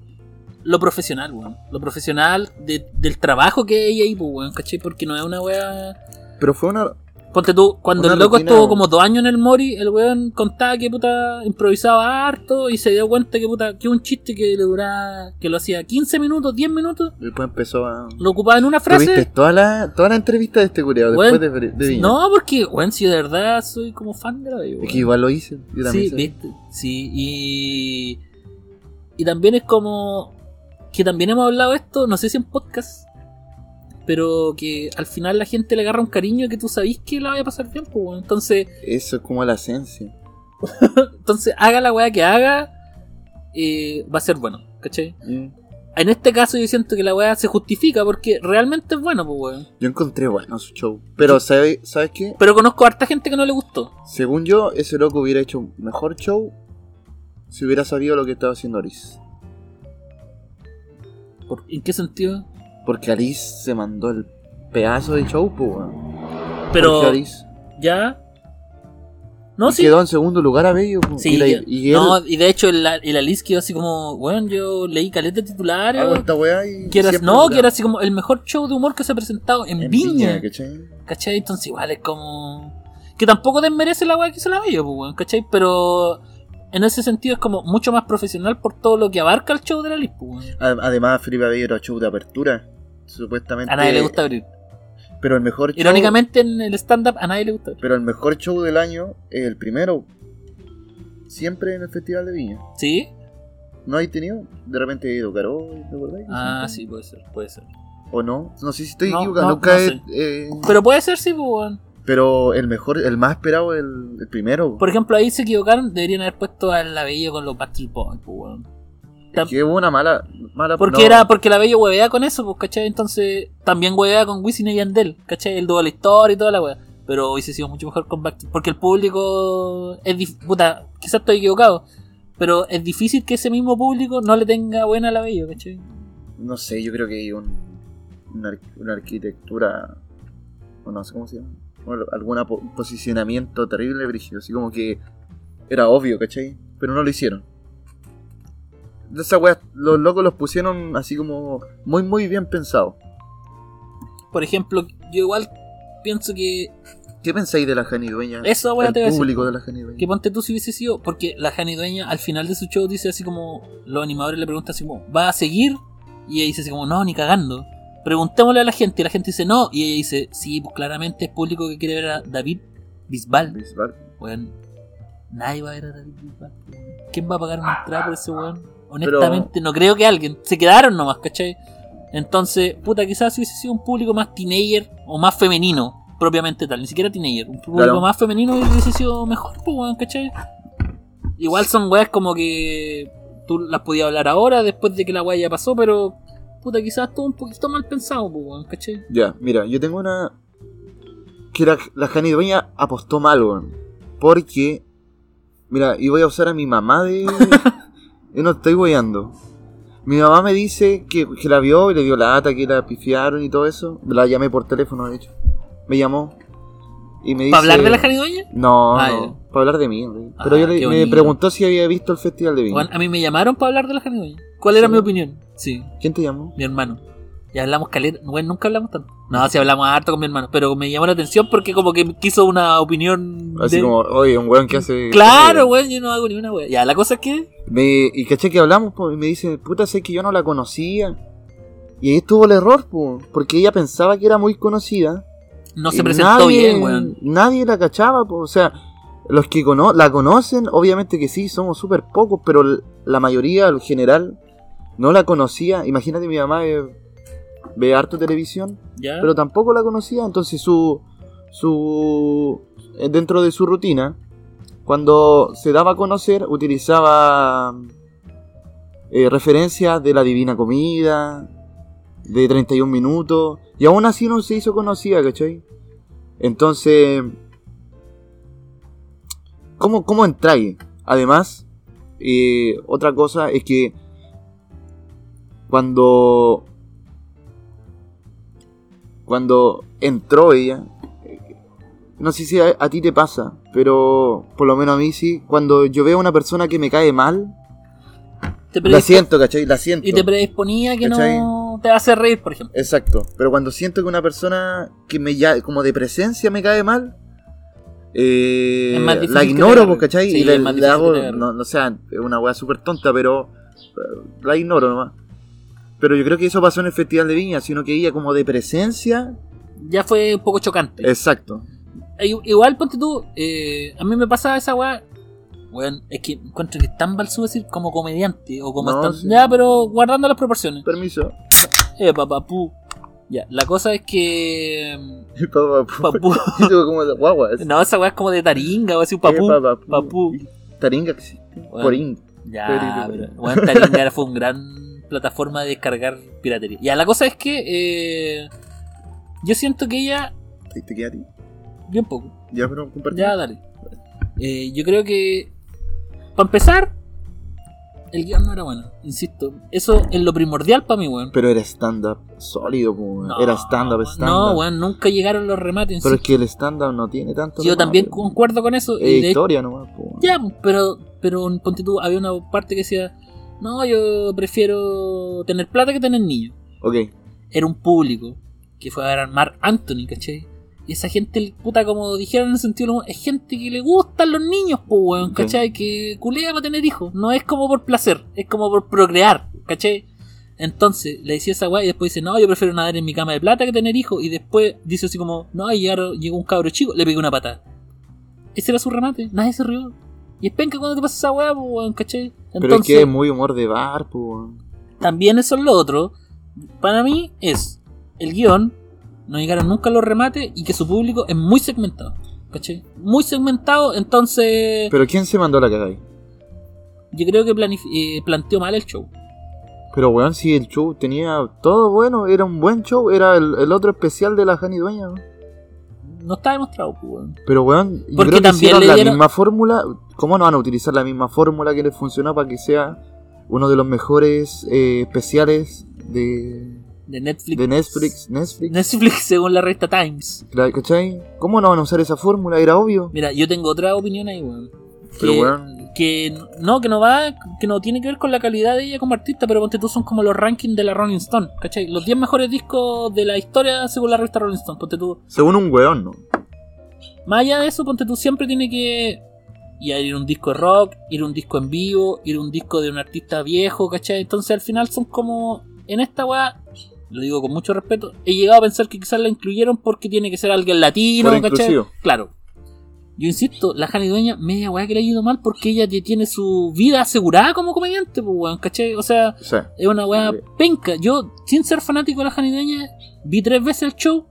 Speaker 1: lo profesional, weón. Lo profesional de- del trabajo que hay ahí, pues, weón, ¿cachai? Porque no es una weá...
Speaker 2: Pero fue una.
Speaker 1: Ponte tú, cuando
Speaker 2: Una
Speaker 1: el loco
Speaker 2: rutina-
Speaker 1: estuvo como dos años en el Mori, el weón contaba que puta improvisaba harto y se dio cuenta que puta, que un chiste que le duraba, que lo hacía 15 minutos, 10 minutos,
Speaker 2: Después empezó a.
Speaker 1: lo ocupaba en una
Speaker 2: Tuviste
Speaker 1: frase.
Speaker 2: toda la, toda la entrevista de este culiado
Speaker 1: Weón,
Speaker 2: después de, Fre- de Viña.
Speaker 1: no, porque weón, si de verdad soy como fan de la vida,
Speaker 2: Es
Speaker 1: weón.
Speaker 2: que igual lo hice. Yo también
Speaker 1: Sí,
Speaker 2: sé.
Speaker 1: viste, sí, y. Y también es como. Que también hemos hablado esto, no sé si en podcast, pero que al final la gente le agarra un cariño que tú sabís que la vaya a pasar bien, pues, weón. entonces.
Speaker 2: Eso es como la esencia.
Speaker 1: Entonces, haga la weá que haga, eh, va a ser bueno, ¿cachai?
Speaker 2: Mm.
Speaker 1: En este caso yo siento que la weá se justifica porque realmente es bueno, pues weón.
Speaker 2: Yo encontré bueno su show. Pero, ¿sabes, ¿sabes qué?
Speaker 1: Pero conozco a harta gente que no le gustó.
Speaker 2: Según yo, ese loco hubiera hecho un mejor show si hubiera sabido lo que estaba haciendo Aris.
Speaker 1: ¿Por- ¿En qué sentido?
Speaker 2: Porque Aris se mandó el pedazo de show, pues, weón.
Speaker 1: Pero
Speaker 2: Porque Aris
Speaker 1: ya... No, sí.
Speaker 2: quedó en segundo lugar a Bello, po.
Speaker 1: Sí,
Speaker 2: y, la-
Speaker 1: ya-
Speaker 2: y él
Speaker 1: no, y de hecho el, el Alice quedó así como, bueno, yo leí caleta de titulares.
Speaker 2: hago
Speaker 1: weón.
Speaker 2: esta weá y
Speaker 1: Que era,
Speaker 2: Ah, siempre
Speaker 1: no,
Speaker 2: dura.
Speaker 1: que era así como el mejor show de humor que se ha presentado en,
Speaker 2: En
Speaker 1: Viña.
Speaker 2: ¿cachai?
Speaker 1: ¿Cachai? Entonces igual es como... Que tampoco desmerece la weá que se la veo, pues, weón, ¿cachai? Pero en ese sentido es como mucho más profesional por todo lo que abarca el show de la Liz, pues, weón.
Speaker 2: Ad- Además, Felipe Abello era show de apertura. Supuestamente.
Speaker 1: A nadie le gusta abrir.
Speaker 2: Pero Eh, el mejor show.
Speaker 1: Irónicamente en el stand-up a nadie le gusta abrir.
Speaker 2: Pero el mejor show del año es el primero. Siempre en el Festival de Viña.
Speaker 1: ¿Sí?
Speaker 2: ¿No hay tenido? De repente Edo Caro, ¿te acordáis?
Speaker 1: Ah, sí, puede ser, puede ser.
Speaker 2: ¿O no? No sé si estoy
Speaker 1: No,
Speaker 2: equivocado.
Speaker 1: no,
Speaker 2: nunca
Speaker 1: no
Speaker 2: he-
Speaker 1: sé.
Speaker 2: eh, pero,
Speaker 1: Pero puede ser, sí, pues, weón.
Speaker 2: el mejor, el más esperado, el, el primero.
Speaker 1: Por ejemplo, ahí se equivocaron, deberían haber puesto al Labello con los Bastard Boys, pues, weón. tam-
Speaker 2: que hubo una mala. mala
Speaker 1: Porque
Speaker 2: no,
Speaker 1: era, porque la Bello huevea con eso, pues, ¿cachai? Entonces, también huevea con Wisin y Yandel, ¿cachai? El doble historia y toda la wea. Pero hubiese sido mucho mejor con Backstreet. Porque el público es dif- puta, quizás estoy equivocado. Pero es difícil que ese mismo público no le tenga buena a la bello, ¿cachai?
Speaker 2: No sé, yo creo que hay un, una, ar- una arquitectura. o No sé cómo se llama. Bueno, algún apo- posicionamiento terrible, brígido. Así como que era obvio, ¿cachai? Pero no lo hicieron. De Esa wea, los locos los pusieron así como muy, muy bien pensados.
Speaker 1: Por ejemplo, yo igual pienso que
Speaker 2: ¿Qué pensáis de la Jani Dueña?
Speaker 1: Esa wea
Speaker 2: El
Speaker 1: te iba a decir.
Speaker 2: público de la Jani Dueña.
Speaker 1: Que ponte tú si hubiese sido, porque la Jani Dueña al final de su show dice así como, los animadores le preguntan así como, ¿va a seguir? Y ella dice así como, no, ni cagando. Preguntémosle a la gente, y la gente dice no, y ella dice, sí, pues claramente es público que quiere ver a David Bisbal.
Speaker 2: Bisbal.
Speaker 1: Weón, nadie va a ver a David Bisbal. weón. ¿Quién va a pagar
Speaker 2: Ah.
Speaker 1: una entrada por ese weón? Honestamente, no creo que alguien. Se quedaron nomás, ¿cachai? Entonces, puta, quizás hubiese sido un público más teenager o más femenino, propiamente tal. Ni siquiera teenager. Un público
Speaker 2: Claro.
Speaker 1: más femenino hubiese sido mejor, pues, weón, ¿cachai? Igual son weas como que tú las podías hablar ahora, después de que la wea ya pasó, pero puta, quizás todo un poquito mal pensado, pues, weón, ¿cachai?
Speaker 2: Ya, mira, yo tengo una. Que la, la Jani Dueña apostó mal, weón. Porque. Mira, y voy a usar a mi mamá de. yo no estoy weyando. Mi mamá me dice que, que la vio y le dio la ata, que la pifiaron y todo eso. La llamé por teléfono, de hecho. Me llamó. Y me dice.
Speaker 1: ¿Para hablar de la Jani Dueña?
Speaker 2: No,
Speaker 1: Ah,
Speaker 2: no.
Speaker 1: ya.
Speaker 2: Para hablar de mí, güey.
Speaker 1: Ah,
Speaker 2: Pero yo
Speaker 1: qué
Speaker 2: le, me
Speaker 1: bonito.
Speaker 2: preguntó si había visto el festival de viña.
Speaker 1: Weón, a mí me llamaron para hablar de la Jani Dueña. ¿Cuál era
Speaker 2: Sí.
Speaker 1: mi opinión? Sí.
Speaker 2: ¿Quién te llamó?
Speaker 1: mi hermano. Y hablamos caleta, bueno, nunca hablamos tanto. No, sí hablamos harto con mi hermano, pero me llamó la atención porque como que quiso una opinión
Speaker 2: Así
Speaker 1: de-
Speaker 2: como, eh, oye, un weón que hace.
Speaker 1: Claro, weón, yo no hago ni una wea. Ya, la cosa es que
Speaker 2: Me, y caché que hablamos, po, y me dice, puta, sé que yo no la conocía. Y ahí estuvo el error, po, porque ella pensaba que era muy conocida.
Speaker 1: no
Speaker 2: y
Speaker 1: se presentó
Speaker 2: nadie-
Speaker 1: bien, weón.
Speaker 2: Nadie la cachaba, po, o sea, los que cono- la conocen, obviamente que sí, somos súper pocos, pero l- la mayoría, el general, no la conocía. Imagínate, mi mamá ve, ve harto televisión,
Speaker 1: Ya.
Speaker 2: pero tampoco la conocía, entonces su... su eh, dentro de su rutina, cuando se daba a conocer, utilizaba eh, referencias de la Divina Comida, de 31 minutos, y aún así no se hizo conocida, ¿cachai? Entonces, ¿cómo, cómo entráis? Además, eh, otra cosa es que cuando, cuando entró ella, no sé si a, a ti te pasa, pero por lo menos a mí sí. Cuando yo veo a una persona que me cae mal,
Speaker 1: Te
Speaker 2: la
Speaker 1: predispo-
Speaker 2: siento, ¿cachai? La siento.
Speaker 1: y te predisponía que no
Speaker 2: ¿Cachai?
Speaker 1: te hace reír, por ejemplo.
Speaker 2: Exacto. Pero cuando siento que una persona que me ya, como de presencia me cae mal, eh,
Speaker 1: Es más difícil
Speaker 2: la
Speaker 1: que te
Speaker 2: ignoro,
Speaker 1: agarre.
Speaker 2: pues, ¿cachai?
Speaker 1: Sí,
Speaker 2: y le,
Speaker 1: es más
Speaker 2: le
Speaker 1: difícil que
Speaker 2: hago,
Speaker 1: te agarre.
Speaker 2: no, no sea, es una weá súper tonta, pero eh, la ignoro nomás. Pero yo creo que eso pasó en el Festival de Viña, sino que ella como de presencia.
Speaker 1: Ya fue un poco chocante.
Speaker 2: Exacto.
Speaker 1: E- Igual, ponte tú, eh, a mí me pasa esa weá. Weón, es que encuentro que es tan balsú decir como comediante o como
Speaker 2: No,
Speaker 1: stand-
Speaker 2: sí.
Speaker 1: Ya, pero guardando las proporciones.
Speaker 2: Permiso.
Speaker 1: Eh, papapú. Ya, la cosa es que. mm, Papú.
Speaker 2: Yo digo como de guagua. es-
Speaker 1: No, esa weá es como de taringa, o así un
Speaker 2: Eh,
Speaker 1: papú.
Speaker 2: papapú.
Speaker 1: papú.
Speaker 2: Taringa existe.
Speaker 1: Bueno.
Speaker 2: Poringa.
Speaker 1: Ya,
Speaker 2: Pero-
Speaker 1: pero weón, taringa era- fue un gran plataforma de descargar piratería. Ya, la cosa es que. eh, yo siento que ella.
Speaker 2: Ahí te queda a ti.
Speaker 1: Bien poco.
Speaker 2: Ya, pero compartir.
Speaker 1: Ya, dale. Eh, yo creo que. Para empezar, el guión no era bueno, insisto. Eso es lo primordial para mí, weón.
Speaker 2: Pero era stand-up sólido, po, weón.
Speaker 1: No,
Speaker 2: era stand-up, stand-up.
Speaker 1: No, weón, nunca llegaron los remates.
Speaker 2: Pero es
Speaker 1: insisto.
Speaker 2: que el stand-up no Eh, tiene tanto.
Speaker 1: yo
Speaker 2: nomás,
Speaker 1: también
Speaker 2: po.
Speaker 1: concuerdo con eso.
Speaker 2: Es
Speaker 1: y de hecho-
Speaker 2: historia nomás, po, weón.
Speaker 1: Ya, pero, pero ponte tú, había una parte que decía, no, yo prefiero tener plata que tener niños.
Speaker 2: Ok.
Speaker 1: Era un público que fue a ver a Mark Anthony, ¿cachai? Y esa gente, puta, como dijeron en el sentido, del humor, es gente que le gustan los niños, pues, weón,
Speaker 2: Ok.
Speaker 1: ¿cachai? Que culea para tener hijos. No es como por placer, es como por procrear, ¿cachai? Entonces le decía esa weá y después dice, no, yo prefiero nadar en mi cama de plata que tener hijos. Y después dice así como, no, y llegaron- llegó un cabro chico, le pegué una patada. Ese era su remate, nadie se rió. Y es penca cuando te pasa esa weá, pues, weón, ¿cachai?
Speaker 2: Pero es que es muy humor de bar, po, weón.
Speaker 1: También eso es lo otro. Para mí es el guión, no llegaron nunca los remates y que su público es muy segmentado. ¿Cachai? Muy segmentado, entonces
Speaker 2: Pero ¿quién se mandó la cagada ahí?
Speaker 1: yo creo que planif- eh, planteó mal el show.
Speaker 2: Pero weón, si el show tenía todo bueno, era un buen show, era el, el otro especial de la Jani Dueña, weón.
Speaker 1: No está demostrado, pues, weón.
Speaker 2: Pero weón, yo
Speaker 1: Porque
Speaker 2: creo que
Speaker 1: también
Speaker 2: hicieron
Speaker 1: le
Speaker 2: la
Speaker 1: dieron-
Speaker 2: misma fórmula. ¿Cómo no van a utilizar la misma fórmula que les funcionó para que sea uno de los mejores eh, especiales de,
Speaker 1: De Netflix.
Speaker 2: de Netflix? Netflix
Speaker 1: Netflix según la revista Times.
Speaker 2: claro, ¿Cachai? ¿Cómo no van a usar esa fórmula? Era obvio.
Speaker 1: Mira, yo tengo otra opinión ahí, weón.
Speaker 2: Pero
Speaker 1: Que-
Speaker 2: weón.
Speaker 1: Que no, que no va, que no tiene que ver con la calidad de ella como artista, pero ponte tú son como los rankings de la Rolling Stone, ¿cachai? Los 10 mejores discos de la historia según la revista Rolling Stone, ponte tú.
Speaker 2: Según un weón, ¿no?
Speaker 1: Más allá de eso, ponte tú siempre tiene que ya ir a un disco de rock, ir a un disco en vivo, ir a un disco de un artista viejo, ¿cachai? Entonces al final son como, en esta weá, lo digo con mucho respeto, he llegado a pensar que quizás la incluyeron porque tiene que ser alguien latino,
Speaker 2: Por
Speaker 1: ¿cachai?
Speaker 2: inclusivo.
Speaker 1: Claro. Yo insisto, la Jani Dueña, media weá que le ha ido mal porque ella ya tiene su vida asegurada como comediante, pues weón, ¿cachai? O sea,
Speaker 2: O sea,
Speaker 1: es una weá
Speaker 2: Sí.
Speaker 1: penca. Yo, sin ser fanático de la janideña, vi tres veces el show.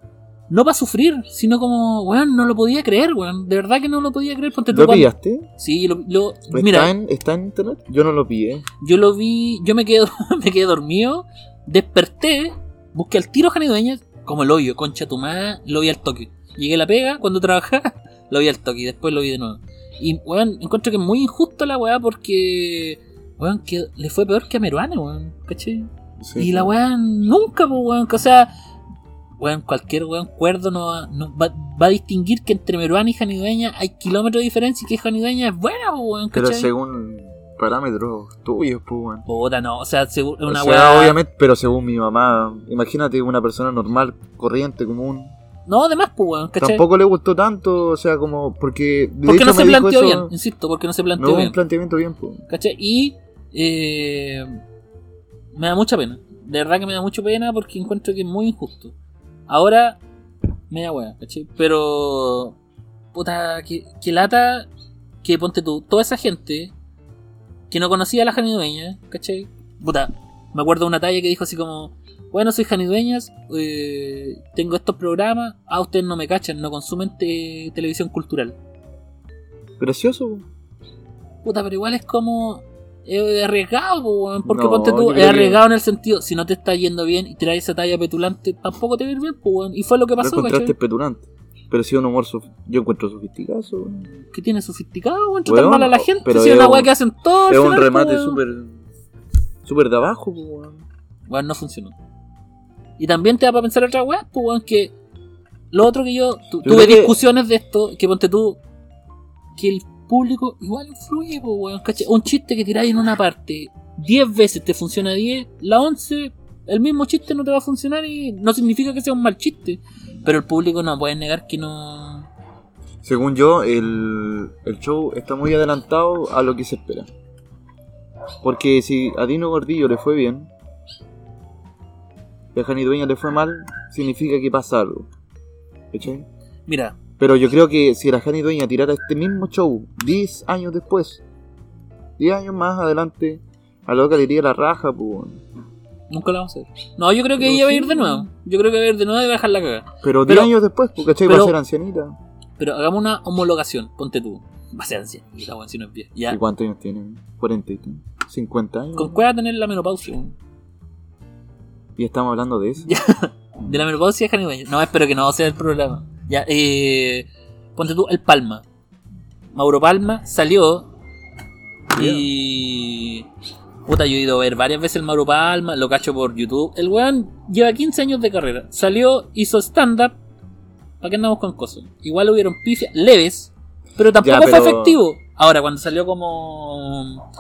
Speaker 1: No para sufrir, sino como, weón, no lo podía creer, weón. De verdad que no lo podía creer. Ponte tú
Speaker 2: ¿lo
Speaker 1: cuando-
Speaker 2: pillaste?
Speaker 1: Sí, lo, lo-
Speaker 2: ¿Está,
Speaker 1: mira,
Speaker 2: en, ¿Está en internet? Yo no lo eh. pillé.
Speaker 1: yo lo vi, yo me quedé, me quedé dormido, desperté, busqué al tiro janideña, como el hoyo, concha tu madre, lo vi al toque. Llegué a la pega cuando trabajaba, lo vi al toque y después lo vi de nuevo. Y, weón, encuentro que es muy injusto la weá porque, weón, que le fue peor que a Meruane, weón, ¿cachai?
Speaker 2: Sí.
Speaker 1: Y la weá nunca, pues weón. que, O sea, weón, cualquier weón cuerdo no, va- no va, va a distinguir que entre Meruana y Janidueña hay kilómetros de diferencia y que Janidueña es buena, pues weón,
Speaker 2: Pero
Speaker 1: ¿cachai?
Speaker 2: según parámetros tuyos, pues, weón.
Speaker 1: Puta, no, o sea, segu- es una
Speaker 2: O sea,
Speaker 1: weá.
Speaker 2: obviamente, pero según mi mamá, imagínate una persona normal, corriente, común.
Speaker 1: No, además, pues weón, ¿cachai?
Speaker 2: Tampoco le gustó tanto, o sea, como porque de
Speaker 1: porque
Speaker 2: hecho,
Speaker 1: no se
Speaker 2: me dijo
Speaker 1: planteó
Speaker 2: eso-
Speaker 1: bien, insisto, porque no se planteó
Speaker 2: No,
Speaker 1: bien.
Speaker 2: un planteamiento bien. po.
Speaker 1: ¿Cachai? Y eh, me da mucha pena. De verdad que me da mucha pena porque encuentro que es muy injusto. Ahora, media wea, ¿cachai? Pero, puta, que, que lata que ponte tú, toda esa gente que no conocía a la Janidueña, ¿cachai? Puta, me acuerdo de una talla que dijo así como, bueno, soy Janidueñas, eh, tengo estos programas, ah, ustedes no me cachan, no consumen te- televisión cultural.
Speaker 2: Gracioso. po.
Speaker 1: Puta, pero igual es como. Es arriesgado, po, weón, porque
Speaker 2: No,
Speaker 1: ponte
Speaker 2: yo
Speaker 1: tú,
Speaker 2: creo
Speaker 1: es
Speaker 2: que-
Speaker 1: arriesgado en el sentido, si no te está yendo bien y tiras esa talla petulante, tampoco te va a ir bien, po, weón. Y fue lo que
Speaker 2: Lo
Speaker 1: pasó,
Speaker 2: encontraste
Speaker 1: ¿cachai?
Speaker 2: petulante. Pero sí, un humor, sof- yo encuentro sofisticado. so.
Speaker 1: Que tiene sofisticado, weón, tratar
Speaker 2: Weón,
Speaker 1: mal a la gente,
Speaker 2: pero
Speaker 1: si es
Speaker 2: es
Speaker 1: una
Speaker 2: un-
Speaker 1: weá que hacen todos.
Speaker 2: Es
Speaker 1: al
Speaker 2: un
Speaker 1: final,
Speaker 2: remate
Speaker 1: po, weón.
Speaker 2: súper súper de abajo. po, weón.
Speaker 1: Weón, no funcionó. Y también te da para pensar otra weá, pues, weón, que. Lo otro que yo. tu-
Speaker 2: Yo
Speaker 1: tuve
Speaker 2: creo que-
Speaker 1: discusiones de esto, que ponte tú. Que el público igual influye, pues, weón, ¿cachai? Un chiste que tiráis en una parte 10 veces te funciona 10, la 11, el mismo chiste no te va a funcionar y no significa que sea un mal chiste. Pero el público no puede negar que no.
Speaker 2: Según yo, el, el show está muy adelantado a lo que se espera. Porque si a Dino Gordillo le fue bien, y a Jani Dueña le fue mal, significa que pasa algo. ¿Cachai?
Speaker 1: Mira,
Speaker 2: Pero yo creo que si la Jani Dueña tirara este mismo show 10 años después, 10 años más adelante, a la loca le iría la raja, pues.
Speaker 1: nunca lo vamos a hacer. No, yo creo que
Speaker 2: Pero
Speaker 1: ella va a
Speaker 2: sí.
Speaker 1: ir de nuevo. Yo creo que va a ir de nuevo y va a dejar la cagada.
Speaker 2: Pero 10
Speaker 1: Pero-
Speaker 2: años después, pues, ¿cachai? Va
Speaker 1: pero-
Speaker 2: a ser ancianita.
Speaker 1: Pero hagamos una homologación, ponte tú. Va a ser ancianita, weón, si no es vieja. Ya.
Speaker 2: ¿Y cuántos años tiene? 40 y qué? 50 años.
Speaker 1: ¿Con cuál va a tener la menopausia? weón?
Speaker 2: Y estamos hablando de eso.
Speaker 1: De la menopausia de Hany Baños. No, espero que no sea el programa. Ya, eh, ponte tú, el Palma. Mauro Palma salió y... Puta, yo he ido a ver varias veces el Mauro Palma, lo cacho por YouTube. El weón lleva 15 años de carrera. Salió, hizo stand-up. ¿Para qué andamos con cosas? Igual hubieron pifias leves, pero tampoco
Speaker 2: Ya, pero-
Speaker 1: fue efectivo. Ahora, cuando salió como...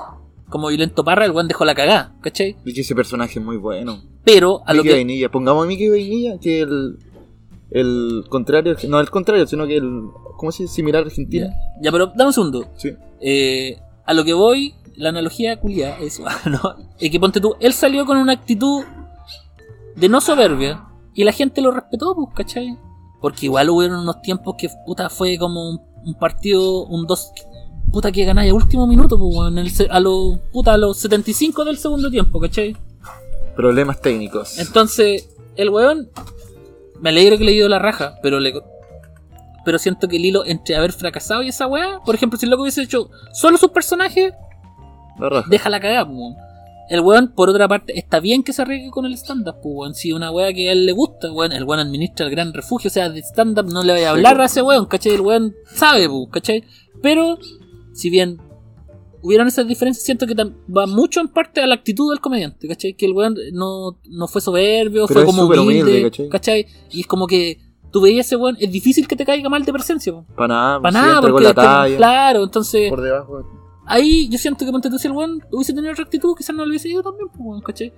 Speaker 1: Como Violento Parra, el weón dejó la cagada, ¿cachai?
Speaker 2: Y que ese personaje es muy bueno.
Speaker 1: Pero a lo
Speaker 2: Mickey
Speaker 1: que...
Speaker 2: Vainilla. Pongamos a Mickey Vainilla, que el, el contrario, no el contrario, sino que el. ¿Cómo se dice? Similar a Argentina.
Speaker 1: Ya, ya, pero dame un segundo.
Speaker 2: Sí.
Speaker 1: Eh, a lo que voy, la analogía culia es, ¿no? Es que ponte tú, él salió con una actitud de no soberbia y la gente lo respetó, pues, ¿cachai? Porque igual hubieron unos tiempos que, puta, fue como un, un partido, un dos, puta, que ganáis a último minuto, pues, weón, en el se- a los, puta, a los 75 del segundo tiempo, ¿cachai?
Speaker 2: Problemas técnicos.
Speaker 1: Entonces, el weón, me alegro que le dio la raja, pero le. Pero siento que el hilo entre haber fracasado y esa weá, por ejemplo, si el loco hubiese hecho solo sus personajes,
Speaker 2: La raja.
Speaker 1: deja la cagada, po, weón. El weón, por otra parte, está bien que se arriesgue con el stand-up, po, weón. Si una weá que a él le gusta, weón, el weón administra el gran refugio, o sea, de stand-up no le vaya a hablar a ese weón, ¿cachai? El weón sabe, po, ¿cachai? Pero si bien hubieron esas diferencias, siento que tam- va mucho en parte a la actitud del comediante, ¿cachai? Que el weón no, no fue soberbio, fue
Speaker 2: Pero es
Speaker 1: como
Speaker 2: súper
Speaker 1: humilde,
Speaker 2: humilde, ¿cachai?
Speaker 1: ¿cachai? Y es como que tú veías ese weón, es difícil que te caiga mal de presencia, po.
Speaker 2: Para nada,
Speaker 1: Para
Speaker 2: si
Speaker 1: nada,
Speaker 2: entregó
Speaker 1: porque este
Speaker 2: la
Speaker 1: después-
Speaker 2: talla.
Speaker 1: claro, entonces
Speaker 2: Por debajo.
Speaker 1: ahí yo siento que ponte tú si el weón hubiese tenido otra actitud, quizás no lo hubiese ido también, pues, weón, ¿cachai?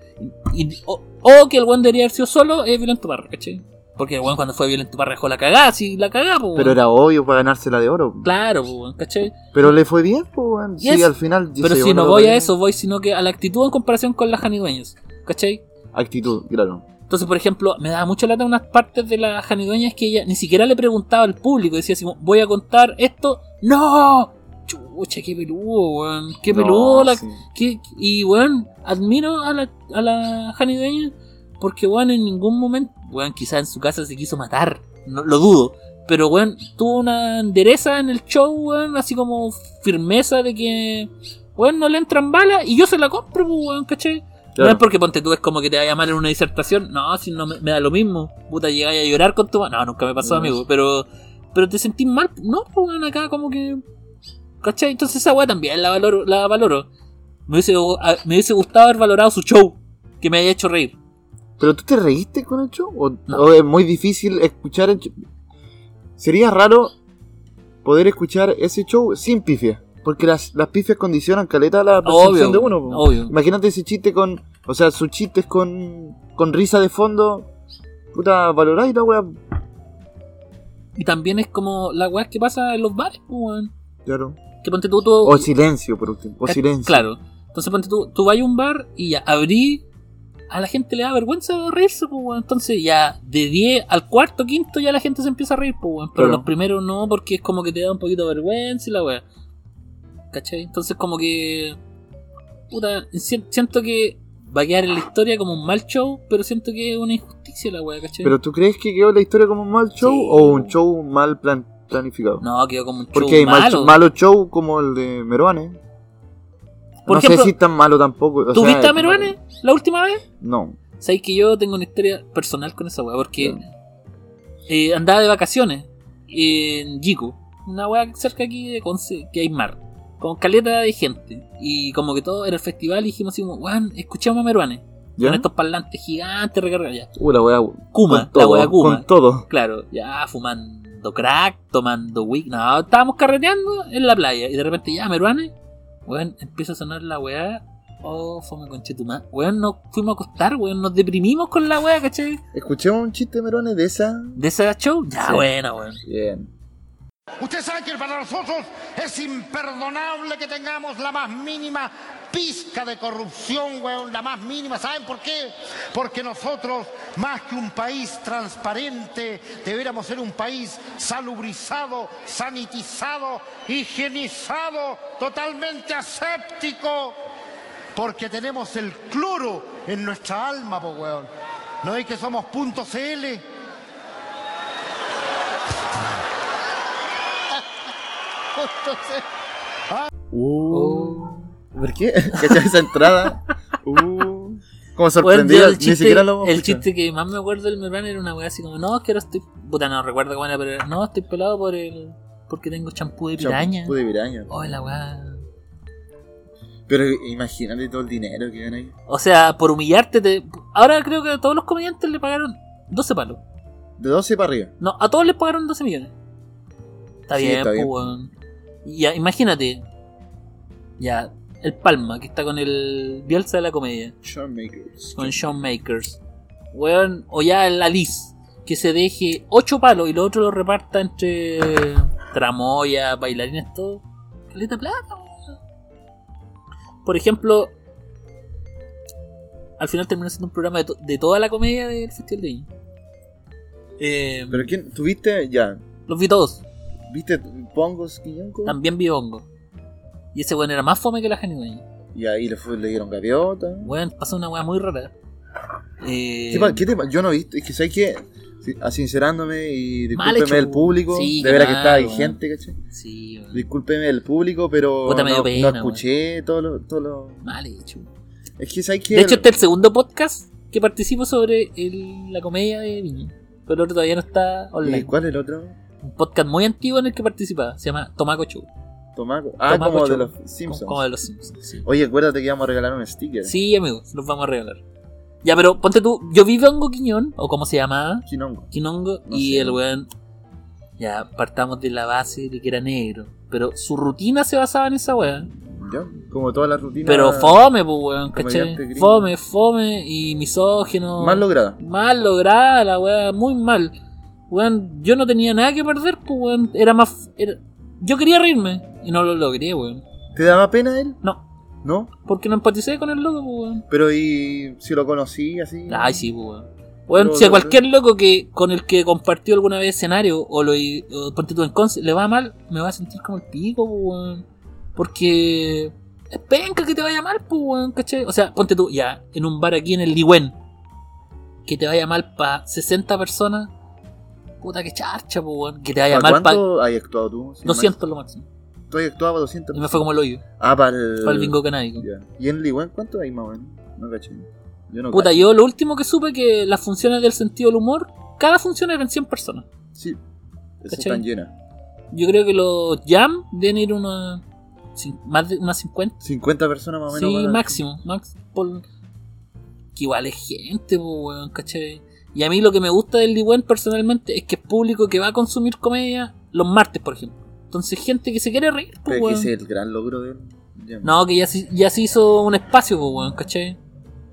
Speaker 1: Y, y- o, o que el weón debería haber sido solo, es violento parra, ¿cachai? Porque el weón cuando fue violento parra dejó la cagada, sí, la cagada, pues, weón.
Speaker 2: Pero era obvio para ganársela de oro.
Speaker 1: Claro, pues, weón, ¿cachai?
Speaker 2: Pero le fue bien, pues, weón. Sí,
Speaker 1: Yes.
Speaker 2: al final. se
Speaker 1: Pero
Speaker 2: llevó
Speaker 1: si
Speaker 2: la
Speaker 1: no
Speaker 2: Copa
Speaker 1: voy a
Speaker 2: Davis.
Speaker 1: eso, voy sino que a la actitud en comparación con las janidueñas, ¿cachai?
Speaker 2: Actitud, claro.
Speaker 1: Entonces, por ejemplo, me daba mucha lata unas partes de las janidueñas que ella ni siquiera le preguntaba al público, decía así como, voy a contar esto, ¡no! Chucha, qué peludo, weón, qué
Speaker 2: No,
Speaker 1: peludo la,
Speaker 2: sí.
Speaker 1: que- y weón, admiro a la, a la Honey Dueña porque weón en ningún momento, weón quizás en su casa se quiso matar, no, lo dudo, pero weón tuvo una endereza en el show, weón, así como firmeza de que weón no le entran balas y yo se la compro, pues, weón, ¿cachai? No
Speaker 2: Claro.
Speaker 1: es porque ponte tú es como que te vaya mal en una disertación, no, si no me, me da lo mismo, puta llegáis a llorar con tu ma- no, nunca me pasó
Speaker 2: No,
Speaker 1: amigo, pero pero te sentís mal, no, pues weón, acá como que ¿Cachai? Entonces esa weá también la valoro, la valoro. Me hubiese, a- me hubiese gustado haber valorado su show, que me haya hecho reír.
Speaker 2: ¿Pero tú te reíste con el show? ¿O,
Speaker 1: No.
Speaker 2: o es muy difícil escuchar el show? Sería raro poder escuchar ese show sin pifias. Porque las, las pifias condicionan caleta la percepción
Speaker 1: Obvio,
Speaker 2: de uno. po.
Speaker 1: obvio.
Speaker 2: Imagínate ese chiste con. O sea, sus chistes con, con risa de fondo. Puta, valoráis la weá.
Speaker 1: Y también es como la weá que pasa en los bares, pues, weón.
Speaker 2: Claro.
Speaker 1: Que ponte tú todo.
Speaker 2: O silencio, por último. O
Speaker 1: eh,
Speaker 2: silencio.
Speaker 1: Claro. Entonces ponte tú, tú vas a un bar y ya abrí. A la gente le da vergüenza reírse, pues, weón. Entonces ya de 10 al cuarto, quinto, ya la gente se empieza a reír, pues, weón. Pero
Speaker 2: Claro.
Speaker 1: los primeros no, porque es como que te da un poquito de vergüenza y la weá. ¿Cachai? Entonces como que... Puta, si- siento que va a quedar en la historia como un mal show, pero siento que es una injusticia la weá, ¿cachai?
Speaker 2: ¿Pero tú crees que quedó la historia como un mal show
Speaker 1: Sí.
Speaker 2: o un show mal plan- planificado?
Speaker 1: No, quedó como un show
Speaker 2: Porque hay mal-
Speaker 1: malo.
Speaker 2: malos shows como el de Meruane.
Speaker 1: Por
Speaker 2: no
Speaker 1: ejemplo,
Speaker 2: sé si es tan malo tampoco. o
Speaker 1: ¿Tú
Speaker 2: sea,
Speaker 1: viste a
Speaker 2: es malo.
Speaker 1: Meruane la última vez?
Speaker 2: No.
Speaker 1: Sabéis que yo tengo una historia personal con esa weá, porque
Speaker 2: Ya.
Speaker 1: eh, andaba de vacaciones en Yiku, una weá cerca aquí de Conce, que hay mar, con caleta de gente. Y como que todo era el festival, y dijimos así como, weón, escuchamos a Meruane,
Speaker 2: ¿Ya?
Speaker 1: con estos parlantes gigantes recargados ya.
Speaker 2: Uh, la wea.
Speaker 1: Kuma,
Speaker 2: con
Speaker 1: la
Speaker 2: todo,
Speaker 1: weá Kuma.
Speaker 2: Con todo.
Speaker 1: Claro, ya fumando crack, tomando weed. No, estábamos carreteando en la playa y de repente ya, Meruane, weón, empieza a sonar la weá. Oh, fome conchetumá. Weón, nos fuimos a acostar, weón, nos deprimimos con la weá, ¿cachai?
Speaker 2: Escuchemos un chiste de Meruane de esa.
Speaker 1: De ese show, ya,
Speaker 2: Sí.
Speaker 1: buena, weón.
Speaker 2: Bien.
Speaker 7: Usted sabe que para nosotros es imperdonable que tengamos la más mínima pizca de corrupción, weón, la más mínima. ¿Saben por qué? Porque nosotros, más que un país transparente, debiéramos ser un país salubrizado, sanitizado, higienizado, totalmente aséptico. Porque tenemos el cloro en nuestra alma, po, weón. No es que somos punto CL. Punto CL.
Speaker 2: Uh.
Speaker 1: Oh.
Speaker 2: ¿Por qué? ¿Cachai esa entrada? Uh. Como
Speaker 1: Weón, yo
Speaker 2: sorprendida.
Speaker 1: el,
Speaker 2: Ni
Speaker 1: chiste,
Speaker 2: siquiera lo hemos
Speaker 1: el
Speaker 2: escuchado.
Speaker 1: chiste que más me acuerdo del Meruane era una weá así como, no, es que ahora estoy. Puta, no recuerdo cómo era, pero era, no, estoy pelado por el. Porque tengo champú de piraña.
Speaker 2: Champú de piraña.
Speaker 1: Oh, la weá.
Speaker 2: Pero imagínate todo el dinero que ven ahí.
Speaker 1: O sea, por humillarte te... Ahora creo que a todos los comediantes le pagaron 12 palos.
Speaker 2: De 12 para arriba.
Speaker 1: No, a todos les pagaron 12 millones. Está
Speaker 2: Sí,
Speaker 1: bien,
Speaker 2: está
Speaker 1: pues,
Speaker 2: bien.
Speaker 1: weón. Y Ya, imagínate. Ya, el Palma, que está con el Bielsa de la comedia.
Speaker 2: Charmakers.
Speaker 1: Con Shawn Makers. Weón, o ya el Alice, que se deje 8 palos y los otros los reparta entre tramoya, bailarines, todo. Caleta de plata, weón. Por ejemplo, al final terminó siendo un programa de, to- de toda la comedia del Festival de Viña. Eh,
Speaker 2: Pero quién, tuviste ya,
Speaker 1: los vi todos.
Speaker 2: viste Pongos Quillanco
Speaker 1: También vi hongo. Y ese weón era más fome que la Hanidueña.
Speaker 2: y ahí le, fue, le dieron gaviota.
Speaker 1: Weón, pasó una weá muy rara. Eh,
Speaker 2: ¿Qué, pa- qué te pa- yo no he visto, es que sabes que, si- a- sincerándome y
Speaker 1: Mal
Speaker 2: discúlpeme
Speaker 1: hecho,
Speaker 2: el público,
Speaker 1: sí,
Speaker 2: de veras que
Speaker 1: claro,
Speaker 2: estaba ahí
Speaker 1: weón.
Speaker 2: gente, ¿cachai?
Speaker 1: Sí, weón.
Speaker 2: Discúlpeme el público, pero
Speaker 1: Puta, me dio
Speaker 2: no,
Speaker 1: pena,
Speaker 2: no escuché todo lo, todo lo-
Speaker 1: Mal hecho.
Speaker 2: Es que sabes que...
Speaker 1: De hecho, este es el segundo podcast que participo sobre el- la comedia de Viña. Pero el otro todavía no está
Speaker 2: ¿Y
Speaker 1: online.
Speaker 2: cuál es el otro?
Speaker 1: Un podcast muy antiguo en el que participaba. Se llama Tomaco Show.
Speaker 2: Tomaco. Ah,
Speaker 1: Tomaco
Speaker 2: como de
Speaker 1: Chum.
Speaker 2: los
Speaker 1: Como,
Speaker 2: Simpsons.
Speaker 1: como de los Simpsons, sí.
Speaker 2: Oye, acuérdate que íbamos a regalar un sticker.
Speaker 1: Sí, amigo, se los vamos a regalar. Ya, pero ponte tú, yo vi Dongo Quiñón, o como se llamaba,
Speaker 2: Chinongo.
Speaker 1: Quinongo,
Speaker 2: No
Speaker 1: y
Speaker 2: sé.
Speaker 1: el weón. Ya, partamos de la base de que era negro. Pero su rutina se basaba en esa weá.
Speaker 2: ¿Ya? Como toda la rutina.
Speaker 1: Pero fome, pues weón, ¿cachai?
Speaker 2: comediante gringo.
Speaker 1: Fome, fome y misógeno.
Speaker 2: Más lograda.
Speaker 1: Mal lograda la weá, muy mal. Weón, yo no tenía nada que perder, pues weón. Era más. era- Yo quería reírme y no lo logré, weón.
Speaker 2: ¿Te daba pena él?
Speaker 1: No,
Speaker 2: ¿No?
Speaker 1: porque no empaticé con el loco, pues weón.
Speaker 2: Pero y si lo conocí así.
Speaker 1: Ay, sí, pues, weón. Weón,
Speaker 2: Pero,
Speaker 1: si a
Speaker 2: pero,
Speaker 1: cualquier loco que con el que compartió alguna vez escenario o lo hi- o ponte tú en conce, le va mal, me va a sentir como el pico, pues, weón. Porque es penca que te vaya mal, pues, weón, ¿cachai? O sea, ponte tú ya en un bar aquí en el Ligüen, que te vaya mal para 60 personas, puta que charcha, pues, weón. Que te vaya
Speaker 2: ¿Para
Speaker 1: mal para
Speaker 2: ¿Cuánto has actuado tú? Sí,
Speaker 1: 200 lo máximo.
Speaker 2: más. ¿Tú has actuado 200?
Speaker 1: Y me fue como el hoyo,
Speaker 2: Ah, para el.
Speaker 1: para el bingo canábico.
Speaker 2: Ya. ¿Y en Ligüen cuánto hay más o menos? No caché. Yo no
Speaker 1: Puta,
Speaker 2: cacho.
Speaker 1: yo lo último que supe que las funciones del sentido del humor, cada función eran 100 personas.
Speaker 2: Sí. Esas
Speaker 1: ¿Cachai?
Speaker 2: están llenas.
Speaker 1: Yo creo que los jam deben ir una, cin- más de unas 50.
Speaker 2: 50 personas más o menos.
Speaker 1: sí,
Speaker 2: van a-
Speaker 1: máximo. Max, por- que igual es gente, po, weón, ¿cachai? Y a mí lo que me gusta del Ligüen personalmente es que es público que va a consumir comedia los martes, por ejemplo. Entonces, gente que se quiere reír, po,
Speaker 2: Pero que
Speaker 1: weón.
Speaker 2: ese es el gran logro de él. ya.
Speaker 1: No, que ya se, ya se hizo un espacio, po, weón, ¿cachai?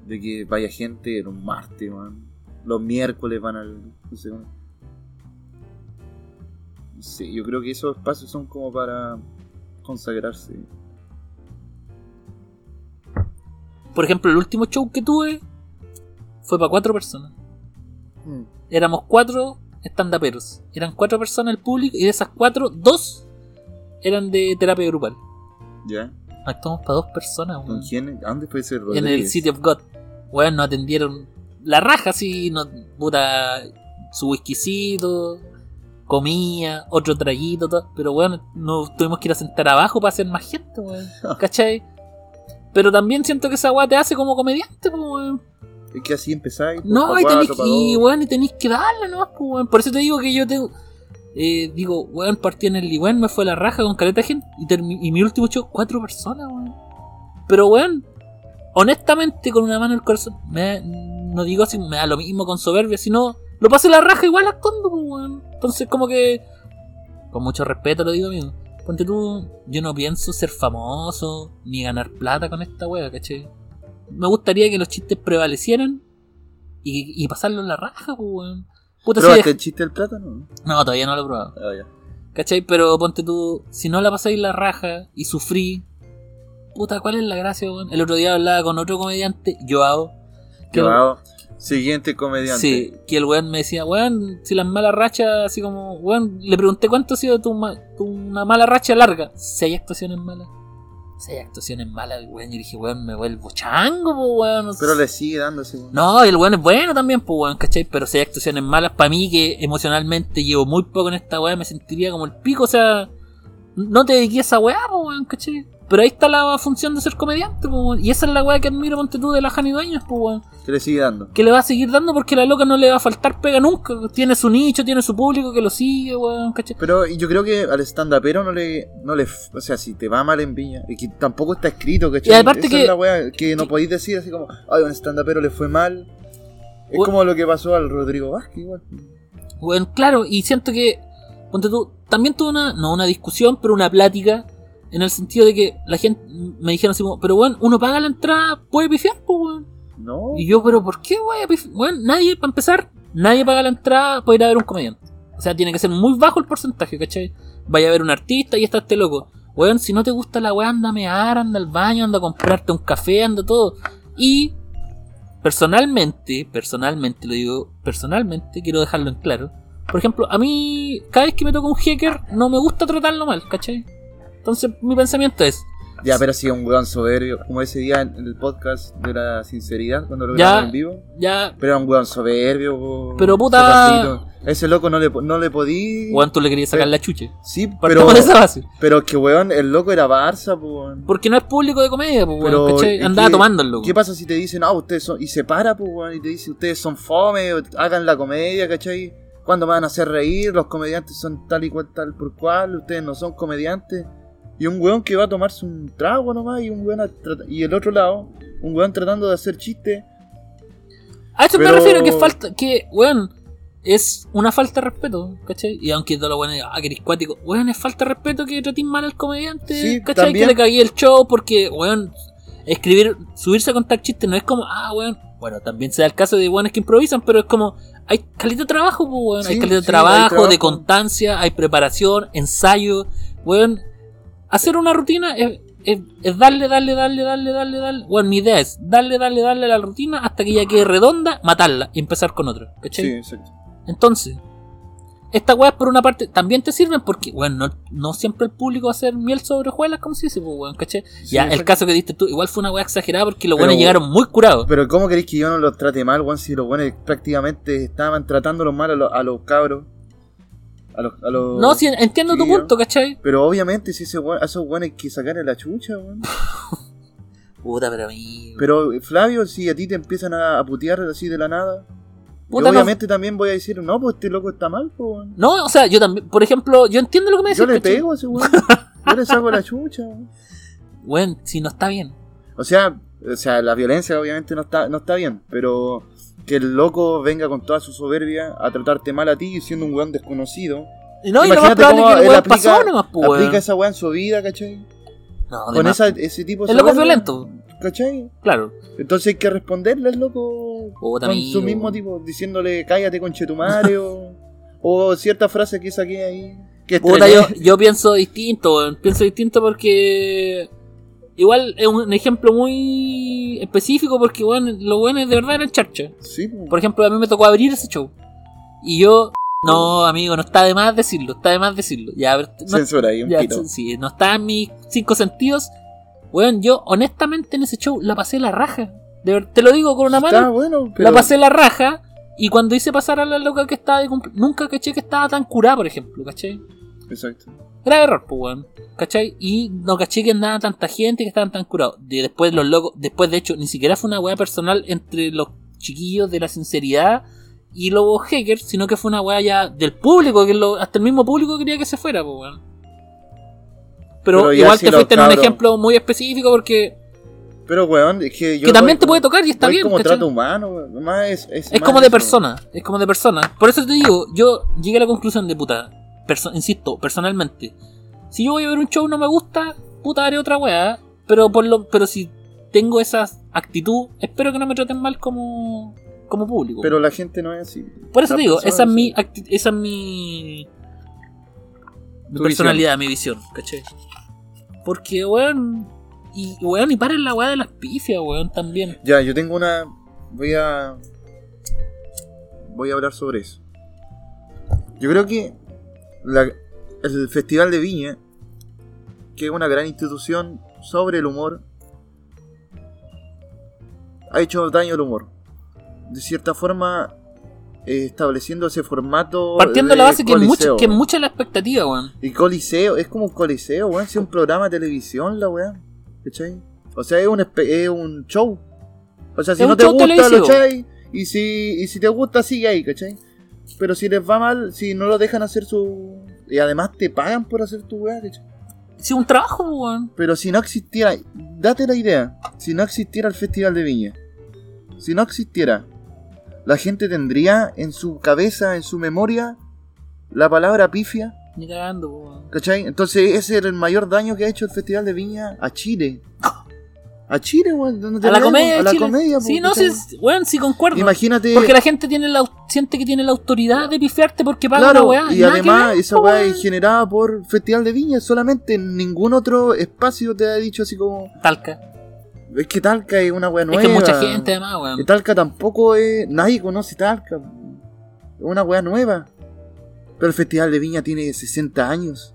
Speaker 2: De que vaya gente los martes, man. Los miércoles van al. No sé, man. No sé, yo creo que esos espacios son como para consagrarse.
Speaker 1: Por ejemplo, el último show que tuve fue para cuatro personas.
Speaker 2: Mm.
Speaker 1: éramos cuatro estandaperos. Eran cuatro personas el público y de esas cuatro, dos eran de terapia grupal.
Speaker 2: ¿Ya?
Speaker 1: Actuamos para dos personas, weón.
Speaker 2: ¿Con quién? ¿A dónde fue ese
Speaker 1: Mm. En
Speaker 2: Rodríguez?
Speaker 1: el City of God. Weón, nos atendieron la raja, sí, nos puta su whiskycito, comía, otro traguito, todo, pero weón, nos tuvimos que ir a sentar abajo para hacer más gente, weón. ¿Cachai? Pero también siento que esa weá te hace como comediante, pues, weón.
Speaker 2: Es que así empezáis. pues,
Speaker 1: No,
Speaker 2: pa'
Speaker 1: y tenéis,
Speaker 2: cuatro, pa'
Speaker 1: y,
Speaker 2: dos.
Speaker 1: weón, y tenéis que darle nomás, pues, weón. Por eso te digo que yo tengo. eh, digo, weón, partí en el Ligüen, me fue la raja con caleta de gente. Y, termi- y mi último show, cuatro personas, weón. Pero, weón, honestamente, con una mano en el corazón, me, no digo así, me da lo mismo con soberbia, sino lo pasé la raja igual actuando, pues, weón. Entonces, como que. Con mucho respeto lo digo, amigo. Ponte tú, yo no pienso ser famoso ni ganar plata con esta wea, caché. Me gustaría que los chistes prevalecieran y, y pasarlo en la raja, pues, weón. Puta, si
Speaker 2: ¿Probaste
Speaker 1: dej-
Speaker 2: el chiste del plátano?
Speaker 1: No, todavía no lo he probado.
Speaker 2: Ah, ya.
Speaker 1: ¿Cachai? Pero ponte tú, si no la pasáis la raja y sufrí, puta, ¿cuál es la gracia, weón? El otro día hablaba con otro comediante, Joao. que-
Speaker 2: Llevado. Siguiente comediante.
Speaker 1: Sí, que el weón me decía, weón, si las malas rachas, así como, weón, le pregunté cuánto ha sido tu, ma- tu- una mala racha larga. Seis actuaciones malas. Seis actuaciones malas, weón. Yo dije, weón, me vuelvo chango, po, weón. no sé.
Speaker 2: Pero le sigue dándose.
Speaker 1: No, y el weón es bueno también, pues weón, ¿cachai? Pero si hay actuaciones malas para mí que emocionalmente llevo muy poco en esta weá, me sentiría como el pico, o sea, no te dediqué a esa weá, pues weón, ¿cachai? Pero ahí está la función de ser comediante, pues weón. Y esa es la weá que admiro, ponte tú, de la Jani Dueñas, pues weón.
Speaker 2: Que le sigue dando.
Speaker 1: Que le va a seguir dando porque la loca no le va a faltar pega nunca. Tiene su nicho, tiene su público que lo sigue, weón, ¿cachai?
Speaker 2: Pero yo creo que al stand-upero no le, no le. O sea, si te va mal en Viña. Y que tampoco está escrito, ¿cachai?
Speaker 1: Y aparte
Speaker 2: Esa
Speaker 1: que-
Speaker 2: es la wea que no podéis decir así como. Ay, un stand-upero le fue mal. Es
Speaker 1: Ue-
Speaker 2: como lo que pasó al Rodrigo Vázquez, igual.
Speaker 1: Bueno, claro, y siento que, ponte tú, también tuve una, no una discusión, pero una plática, en el sentido de que la gente me dijeron así como, pero bueno, uno paga la entrada, puede pifiar, pues, weón.
Speaker 2: No.
Speaker 1: Y yo, pero ¿por qué voy a pifiar? Bueno, nadie, para empezar, nadie paga la entrada para ir a ver un comediante. O sea, tiene que ser muy bajo el porcentaje, ¿cachai? Vaya a ver un artista y está este loco. Weón, si no te gusta la weá, anda a mear, anda al baño, anda a comprarte un café, anda todo. Y personalmente, personalmente, lo digo personalmente, quiero dejarlo en claro. Por ejemplo, a mí, cada vez que me toca un hacker, no me gusta tratarlo mal, ¿cachai? Entonces, mi pensamiento es,
Speaker 2: Ya, pero sí, un weón soberbio. Como ese día en el podcast de la sinceridad, cuando lo
Speaker 1: Ya.
Speaker 2: grabamos en vivo.
Speaker 1: ya,
Speaker 2: Pero era un weón soberbio. po,
Speaker 1: Pero puta-
Speaker 2: zapatito. Ese loco no le, po- no le podí.
Speaker 1: weón, tú le querías sacar la chuche.
Speaker 2: Sí, pero.
Speaker 1: Partamos de esa base.
Speaker 2: Pero es que weón, el loco era Barça, po. weón.
Speaker 1: Porque no es público de comedia, pues, weón,
Speaker 2: Pero,
Speaker 1: ¿cachai?
Speaker 2: ¿y
Speaker 1: Andaba
Speaker 2: qué-
Speaker 1: tomando el loco.
Speaker 2: ¿Qué pasa si te dicen, ah, ustedes son. y se para, pues, weón, y te dice, ustedes son fome, o- hagan la comedia, ¿cachai? ¿Cuándo me van a hacer reír? Los comediantes son tal y cual, tal por cual, ustedes no son comediantes. y un weón que va a tomarse un trago nomás, y un weón a trata- y el otro lado, un weón tratando de hacer chistes.
Speaker 1: A eso me
Speaker 2: Pero-
Speaker 1: refiero que falta, que, weón, es una falta de respeto, ¿cachai? Y aunque todos los weones digan, ah, que eres cuático, weón, es falta de respeto que tratís mal al comediante,
Speaker 2: Sí,
Speaker 1: ¿cachai?
Speaker 2: también.
Speaker 1: Que le cagué el show porque, weón, escribir, subirse a contar chistes no es como, ah, weón, bueno, también se da el caso de weones que improvisan, pero es como, hay calidad de trabajo, pues, weón, hay
Speaker 2: Sí,
Speaker 1: calidad de
Speaker 2: sí, hay
Speaker 1: trabajo,
Speaker 2: trabajo.
Speaker 1: de constancia, hay preparación, ensayo, weón, hacer una rutina es, es- es darle, darle, darle, darle, darle, darle. Bueno, mi idea es darle, darle, darle a la rutina hasta que ya quede redonda, matarla y empezar con otra. ¿Cachai?
Speaker 2: Sí, exacto.
Speaker 1: Entonces, estas weas por una parte también te sirven porque, bueno, no, no siempre el público va a hacer miel sobre hojuelas, como se dice, pues, weón, ¿cachai? ya, el
Speaker 2: exacto.
Speaker 1: caso que diste tú, igual fue una wea exagerada porque los
Speaker 2: Pero-
Speaker 1: buenos llegaron muy curados.
Speaker 2: Pero ¿cómo queréis que yo no los trate mal, weón? Si los weones prácticamente estaban tratándolos mal a, los- a los cabros. A los, a los...
Speaker 1: no, sí, entiendo tu
Speaker 2: chiquillos.
Speaker 1: punto, ¿cachai?
Speaker 2: Pero obviamente si ese weón- a esos weones hay que sacarle la chucha, weón.
Speaker 1: Puta, pero a mí.
Speaker 2: Pero eh, Flavio, si a ti te empiezan a, a putear así de la nada, yo
Speaker 1: Puta, no.
Speaker 2: obviamente también voy a decir, no, pues este loco está mal, po, weón.
Speaker 1: No, o sea, yo también, por ejemplo, yo entiendo lo que me decís,
Speaker 2: Yo le
Speaker 1: ¿cachai?
Speaker 2: pego a ese weón. Yo le saco la chucha, weón.
Speaker 1: Weón, si no está bien.
Speaker 2: O sea, o sea, la violencia obviamente no está, no está bien, pero que el loco venga con toda su soberbia a tratarte mal a ti siendo un weón desconocido.
Speaker 1: Y No, y lo más
Speaker 2: Imagínate
Speaker 1: probable
Speaker 2: cómo
Speaker 1: es que el
Speaker 2: él
Speaker 1: weón
Speaker 2: aplica-
Speaker 1: pasó nomás, pues,
Speaker 2: Aplica
Speaker 1: weón.
Speaker 2: esa weá en su vida, ¿cachai?
Speaker 1: No, de
Speaker 2: Con
Speaker 1: más.
Speaker 2: esa, ese tipo de
Speaker 1: El loco es
Speaker 2: soberbia,
Speaker 1: violento,
Speaker 2: ¿Cachai?
Speaker 1: claro.
Speaker 2: Entonces hay que responderle al loco
Speaker 1: Puta,
Speaker 2: con
Speaker 1: amigo.
Speaker 2: su mismo tipo, diciéndole cállate conchetumare o, o cierta frase que saqué ahí. Que
Speaker 1: Puta, yo,
Speaker 2: estrené.
Speaker 1: yo pienso distinto, weón. Pienso distinto porque. Igual es un ejemplo muy específico porque, bueno, los buenos de verdad eran charcha.
Speaker 2: Sí, po.
Speaker 1: Por ejemplo, a mí me tocó abrir ese show. Y yo. No, amigo, no está de más decirlo, está de más decirlo. Ya, pero no,
Speaker 2: censura ahí un
Speaker 1: ya,
Speaker 2: pito.
Speaker 1: sí, no está en mis cinco sentidos. Weón, yo honestamente en ese show la pasé la raja. De ver- te lo digo con una mano.
Speaker 2: Está bueno, pero
Speaker 1: La pasé la raja y cuando hice pasar a la loca que estaba de cumple- nunca caché que estaba tan curada, por ejemplo, ¿cachai?
Speaker 2: Exacto.
Speaker 1: Grave error, pues, weón. ¿Cachai? Y no caché que andaba tanta gente y que estaban tan curados. De- después los locos, después de hecho, ni siquiera fue una weá personal entre los chiquillos de la sinceridad y los hackers, sino que fue una weá ya del público, que lo- hasta el mismo público quería que se fuera, pues, weón. Pero,
Speaker 2: Pero ya
Speaker 1: igual
Speaker 2: si
Speaker 1: te
Speaker 2: los
Speaker 1: fuiste en un
Speaker 2: cabros-
Speaker 1: ejemplo muy específico porque.
Speaker 2: Pero weón, es que yo
Speaker 1: que también
Speaker 2: doy-
Speaker 1: te puede tocar y está
Speaker 2: doy
Speaker 1: bien,
Speaker 2: como
Speaker 1: ¿cachai?
Speaker 2: trato humano, weón. más es, es,
Speaker 1: Es
Speaker 2: más
Speaker 1: como de
Speaker 2: eso.
Speaker 1: persona, es como de persona. Por eso te digo, yo llegué a la conclusión de puta, perso- insisto, personalmente. Si yo voy a ver un show no me gusta, puta haré otra weá. Pero por lo, pero si tengo esa actitud, espero que no me traten mal como, como público.
Speaker 2: Pero la gente no es así.
Speaker 1: por eso
Speaker 2: la
Speaker 1: te digo,
Speaker 2: persona
Speaker 1: esa es
Speaker 2: es
Speaker 1: mi
Speaker 2: así.
Speaker 1: acti- esa es mi, mi
Speaker 2: Tu
Speaker 1: personalidad, mi visión, ¿cachai? Porque weón, y weón, y paren la weá de las pifias, weón, también.
Speaker 2: Ya, yo tengo una. Voy a. Voy a hablar sobre eso. Yo creo que la- el Festival de Viña, que es una gran institución sobre el humor, ha hecho daño al humor. De cierta forma, eh, estableciendo ese formato.
Speaker 1: Partiendo de la base que es, mucho,
Speaker 2: Oh, coliseo.
Speaker 1: que es mucha la expectativa, weón.
Speaker 2: Y coliseo, es como un coliseo, weón. Si es un programa de televisión, la weá. ¿Cachai? O sea, es un, espe- es un show. O sea, si
Speaker 1: Es
Speaker 2: no
Speaker 1: un
Speaker 2: te
Speaker 1: show
Speaker 2: gusta,
Speaker 1: televisivo.
Speaker 2: lo echáis. Y si, y si te gusta, sigue ahí, ¿cachai? Pero si les va mal, si no lo dejan hacer su. Y además te pagan por hacer tu weá, ¿cachai?
Speaker 1: Sí, un trabajo, pues, weón.
Speaker 2: Pero si no existiera. Date la idea. Si no existiera el Festival de Viña. Si no existiera. La gente tendría en su cabeza, en su memoria, la palabra pifia.
Speaker 1: Ni cagando, pues, weón.
Speaker 2: ¿Cachai? Entonces ese era el mayor daño que ha hecho el Festival de Viña a Chile. A Chile, weón. donde
Speaker 1: A la
Speaker 2: terminamos,
Speaker 1: comedia,
Speaker 2: A
Speaker 1: de
Speaker 2: la
Speaker 1: Chile.
Speaker 2: comedia, po,
Speaker 1: Sí, no, sí,
Speaker 2: ¿cachai?
Speaker 1: es- weón, sí concuerdo.
Speaker 2: Imagínate.
Speaker 1: porque la gente tiene la, siente que tiene la autoridad de pifiarte porque paga una
Speaker 2: claro,
Speaker 1: weá.
Speaker 2: y
Speaker 1: nada que
Speaker 2: además
Speaker 1: ver,
Speaker 2: esa
Speaker 1: po,
Speaker 2: weá
Speaker 1: weón.
Speaker 2: es generada por Festival de Viña. Solamente en ningún otro espacio te ha dicho así como.
Speaker 1: Talca.
Speaker 2: Es que Talca es una weá nueva.
Speaker 1: Es que mucha gente, además, weón.
Speaker 2: Y Talca tampoco es. Nadie conoce Talca. Es una weá nueva. Pero el Festival de Viña tiene 60 años.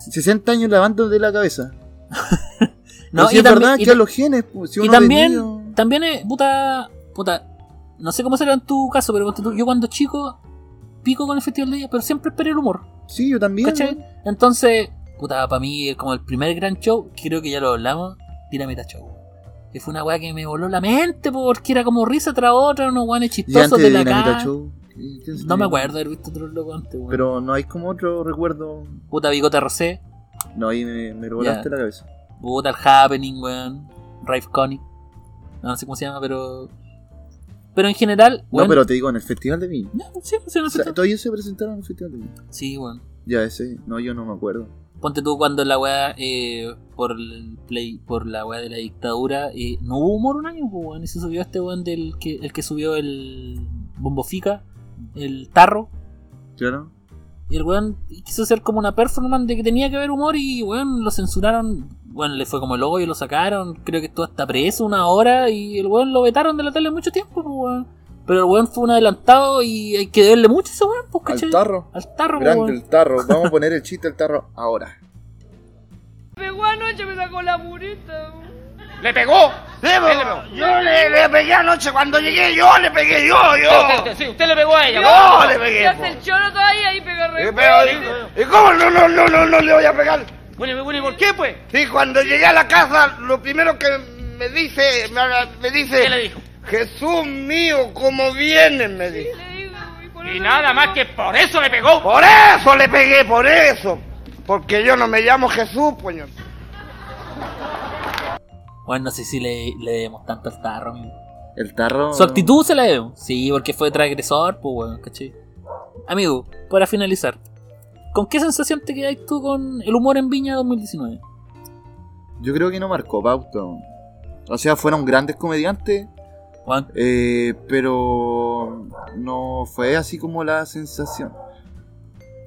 Speaker 2: 60 años lavándose la cabeza.
Speaker 1: No,
Speaker 2: Pero Pues si
Speaker 1: y también-
Speaker 2: es verdad
Speaker 1: y
Speaker 2: que a
Speaker 1: ta-
Speaker 2: los genes, pues, si
Speaker 1: y
Speaker 2: uno de
Speaker 1: también,
Speaker 2: niño-
Speaker 1: también es, puta, puta, no sé cómo será en tu caso, pero ponte tú, yo cuando chico pico con el festival de día, pero siempre esperé el humor.
Speaker 2: Sí, yo también.
Speaker 1: ¿Cachai? Entonces, puta, para mí es como el primer gran show, creo que ya lo hablamos, Dinamita Show. Que fue una weá que me voló la mente, po, porque era como risa tras otra, unos weones
Speaker 2: Y antes
Speaker 1: chistosos
Speaker 2: de
Speaker 1: de la
Speaker 2: Dinamita
Speaker 1: cara.
Speaker 2: Show. ¿qué- qué se
Speaker 1: No me
Speaker 2: tenía?
Speaker 1: acuerdo de haber visto otro loco antes, weón.
Speaker 2: Pero no hay como otro recuerdo.
Speaker 1: Puta, Bigote Rosé.
Speaker 2: No, ahí me, me lo volaste
Speaker 1: Ya.
Speaker 2: la cabeza.
Speaker 1: Puta, el Happening, weón. Rive Conic. No sé cómo se llama, pero. Pero en general.
Speaker 2: No, pero te digo, en el Festival de Viña.
Speaker 1: pero. Sí, pues, sí, no
Speaker 2: O
Speaker 1: sé
Speaker 2: sea,
Speaker 1: tanto.
Speaker 2: todos ellos se presentaron en el Festival de Viña.
Speaker 1: Sí, weón.
Speaker 2: Ya, ese, no, yo no me acuerdo.
Speaker 1: Ponte tú cuando la weá. eh, por, el play, por la weá de la dictadura. eh, no hubo humor un año, pues, weón. Y se subió este weón del que, el que subió el. Bombofica. El tarro.
Speaker 2: ¿Claro?
Speaker 1: Y el weón quiso hacer como una performance de que tenía que haber humor y weón lo censuraron. Bueno, le fue como el hoyo, lo sacaron. Creo que estuvo hasta preso una hora y el weón lo vetaron de la tele mucho tiempo, pues, weón. Pero el weón fue un adelantado y hay que darle mucho a ese weón, pues,
Speaker 2: Al
Speaker 1: ¿cachai?
Speaker 2: tarro.
Speaker 1: Al tarro, pues,
Speaker 2: Grande
Speaker 1: weón.
Speaker 2: el tarro. Vamos a poner el chiste del tarro ahora.
Speaker 4: Pegó anoche, me sacó la burita.
Speaker 8: ¿Le pegó? Él le pegó.
Speaker 7: Yo le, le pegué anoche cuando llegué, yo le pegué, yo,
Speaker 8: Usted- usted- sí, usted le pegó a ella. ¿no?
Speaker 7: le
Speaker 4: Y hace el choro todavía y pega re fuerte.
Speaker 7: ¿Y cómo no, no, no, no, no le voy a pegar?
Speaker 8: Bueno, y- bueno, ¿y por qué, pues?
Speaker 7: Sí, cuando llegué a la casa, lo primero que me dice, me, me dice...
Speaker 8: ¿Qué le dijo?
Speaker 7: Jesús mío, ¿cómo vienen? Me dijo.
Speaker 4: Le digo, y por
Speaker 8: Y
Speaker 4: eso
Speaker 8: nada
Speaker 4: me
Speaker 8: más
Speaker 4: pegó.
Speaker 8: que por eso le pegó.
Speaker 7: Por eso le pegué, por eso. Porque yo no me llamo Jesús, pues, coño.
Speaker 1: Weón, no sé si le, le debemos tanto al tarro, amigo.
Speaker 2: El tarro.
Speaker 1: Su actitud se la debemos. Sí, porque fue transgresor, pues, weón, ¿cachai? Amigo, para finalizar, ¿con qué sensación te quedas tú con el humor en Viña 2019?
Speaker 2: Yo creo que no marcó pauta. O sea, fueron grandes comediantes,
Speaker 1: Weón,
Speaker 2: eh, pero no fue así como la sensación.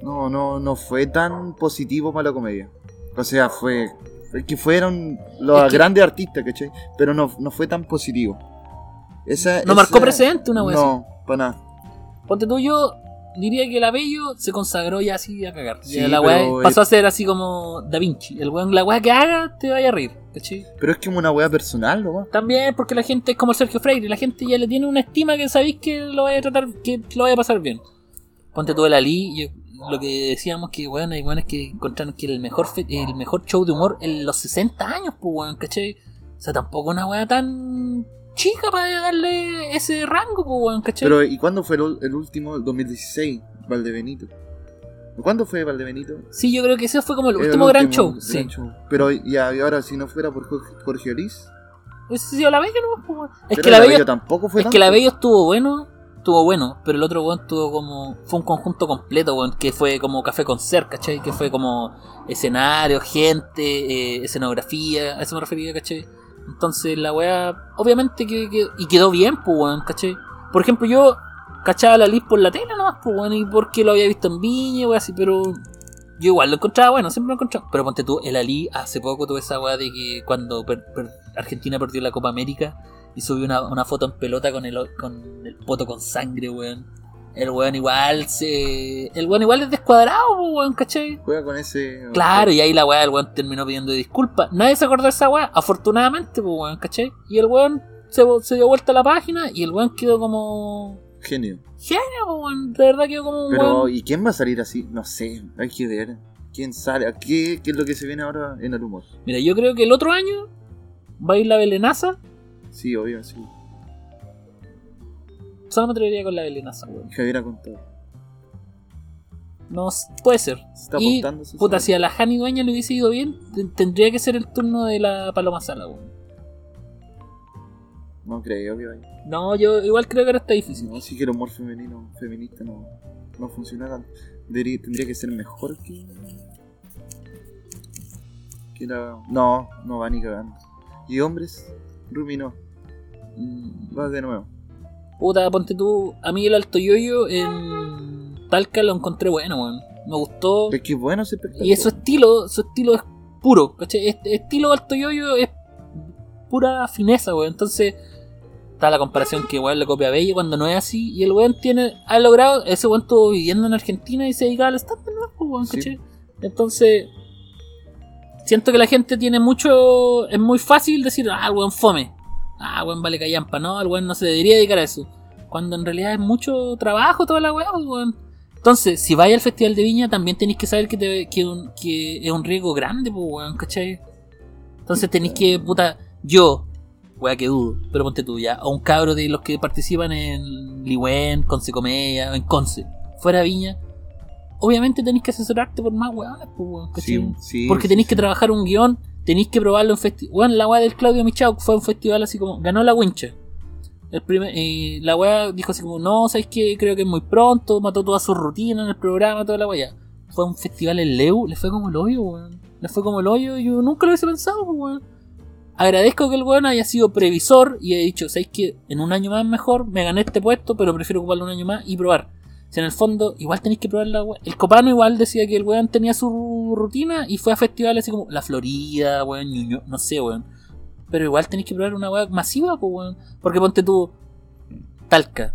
Speaker 2: No, no, no fue tan positivo para la comedia. O sea, fue fue que fueron los
Speaker 1: Es que-
Speaker 2: grandes artistas, ¿cachai? Pero no, no fue tan positivo. Esa,
Speaker 1: No marcó precedente una wea
Speaker 2: No, para nada.
Speaker 1: Ponte tú, yo diría que el Abello se consagró ya así a cagar. Ya
Speaker 2: Sí,
Speaker 1: la weá
Speaker 2: pero
Speaker 1: pasó a ser así como Da Vinci. El weón, la weá que haga te vaya a reír. ¿cachai?
Speaker 2: Pero es que una wea personal, ¿no?
Speaker 1: También porque la gente es como el Sergio Freire, la gente ya le tiene una estima que sabéis que lo vaya a tratar, que lo vaya a pasar bien. Ponte tú el Ali, yo- lo que decíamos que weón, hay weones que encontraron que era el mejor fe- el mejor show de humor en los 60 años, pues weón, ¿cachai? O sea, tampoco una weá tan chica para darle ese rango, pues weón, ¿cachai?
Speaker 2: Pero, ¿y cuándo fue el, ul- el último? El 2016, Valdebenito. ¿Cuándo fue Valdebenito?
Speaker 1: sí, yo creo que ese fue como el
Speaker 2: Era
Speaker 1: último gran show.
Speaker 2: gran
Speaker 1: sí.
Speaker 2: Pero ya, y ahora si no fuera por Jorge, Jorge Orís.
Speaker 1: Hubiese sido la Bello nomás, po, weón. Es
Speaker 2: pero
Speaker 1: que la
Speaker 2: Bello
Speaker 1: Bello,
Speaker 2: tampoco fue
Speaker 1: es que
Speaker 2: tanto.
Speaker 1: la Bello estuvo bueno, estuvo bueno, pero el otro weón estuvo como. Fue un conjunto completo, weón, que fue como café con ser, ¿cachai? Que fue como escenario, gente, eh, escenografía, a eso me refería, ¿cachai? Entonces la weá, obviamente que, que- Y quedó bien, pues weón, ¿cachai? Por ejemplo, yo cachaba la Liz por la tele nomás, pues weón, y porque lo había visto en Viña, weón, así, pero yo igual lo encontraba bueno, siempre lo encontraba. Pero ponte tú, el Ali hace poco tuve esa weá de que cuando per- per- Argentina perdió la Copa América y subió una, una foto en pelota con el, o- con el poto con sangre, weón. El weón igual se. El weón igual es descuadrado, po, weón, ¿cachai?
Speaker 2: Juega con ese.
Speaker 1: Claro, y ahí la weá, el weón terminó pidiendo disculpas. Nadie se acordó de esa weá, afortunadamente, po, weón, ¿cachai? Y el weón se, vo- se dio vuelta a la página y el weón quedó como.
Speaker 2: Genio.
Speaker 1: Genio, po, weón. De verdad quedó como un
Speaker 2: Pero,
Speaker 1: weón.
Speaker 2: ¿y quién va a salir así? No sé, hay que ver. ¿Quién sale? ¿A ¿Qué, ¿Qué es lo que se viene ahora en el humor?
Speaker 1: Mira, yo creo que el otro año va a ir la Belenaza.
Speaker 2: Sí, obvio, sí.
Speaker 1: Solo me atrevería con la Belenaza, weón.
Speaker 2: Javier ha contado.
Speaker 1: No, s- puede ser.
Speaker 2: Se está
Speaker 1: Y,
Speaker 2: apuntando. se
Speaker 1: Puta,
Speaker 2: sabe.
Speaker 1: si a la Hani Dueña le hubiese ido bien, te- tendría que ser el turno de la Paloma Sala, weón.
Speaker 2: No creo que vaya.
Speaker 1: No, yo igual creo que ahora está difícil.
Speaker 2: No, sí que el humor femenino, feminista no, no funciona tanto. Debería- tendría que ser mejor que. que la- No, no va ni cagando. ¿Y hombres? Rumi no.
Speaker 1: Mm,
Speaker 2: Vas de nuevo.
Speaker 1: Puta, ponte tú. A mí el Alto Yoyo en Talca lo encontré bueno, weón. Me gustó.
Speaker 2: Es que es bueno ese espectáculo.
Speaker 1: Y su estilo, su estilo es puro, ¿cachai? Este estilo Alto Yoyo es pura fineza, weón. Entonces, está la comparación que igual le copia a Bella cuando no es así. Y el weón tiene, ha logrado, ese weón estuvo viviendo en Argentina y se dedicaba al stand ¿no? Pues, weón,
Speaker 2: Sí.
Speaker 1: ¿cachai? Entonces, siento que la gente tiene mucho, es muy fácil decir, ah, el weón fome. Ah, weón vale callampa, no, el weón no se debería dedicar a eso. Cuando en realidad es mucho trabajo toda la weá, pues, weón. Entonces, si vais al Festival de Viña, también tenéis que saber que, te- que un- que es un riesgo grande, pues, weón, ¿cachai? Entonces tenéis que, puta, yo, weá que dudo, pero ponte tú ya, a un cabro de los que participan en Liwen, Conce Comedia, en Conce, fuera de Viña, obviamente tenéis que asesorarte por más weones, pues, weón, ¿cachai?
Speaker 2: Sí, sí,
Speaker 1: Porque
Speaker 2: sí,
Speaker 1: tenéis
Speaker 2: sí.
Speaker 1: que trabajar un guión, tenéis que probarlo en festival. Weón, la weá del Claudio Michao fue a un festival así como, ganó la wincha. El primer, eh, la weá dijo así como, no, sabes que creo que es muy pronto, mató toda su rutina en el programa, toda la weá. Fue a un festival en Leu, le fue como el hoyo, weón. Le fue como el hoyo, yo nunca lo hubiese pensado, pues, weón. Agradezco que el weón haya sido previsor y haya dicho, ¿sabéis que en un año más mejor me gané este puesto, pero prefiero ocuparlo un año más y probar? Si en el fondo, igual tenéis que probar la weá. El Copano igual decía que el weón tenía su rutina y fue a festivales así como La Florida, weón, Ñuño, no sé, weón. Pero igual tenéis que probar una weá masiva, pues, weón. Porque ponte tú, Talca.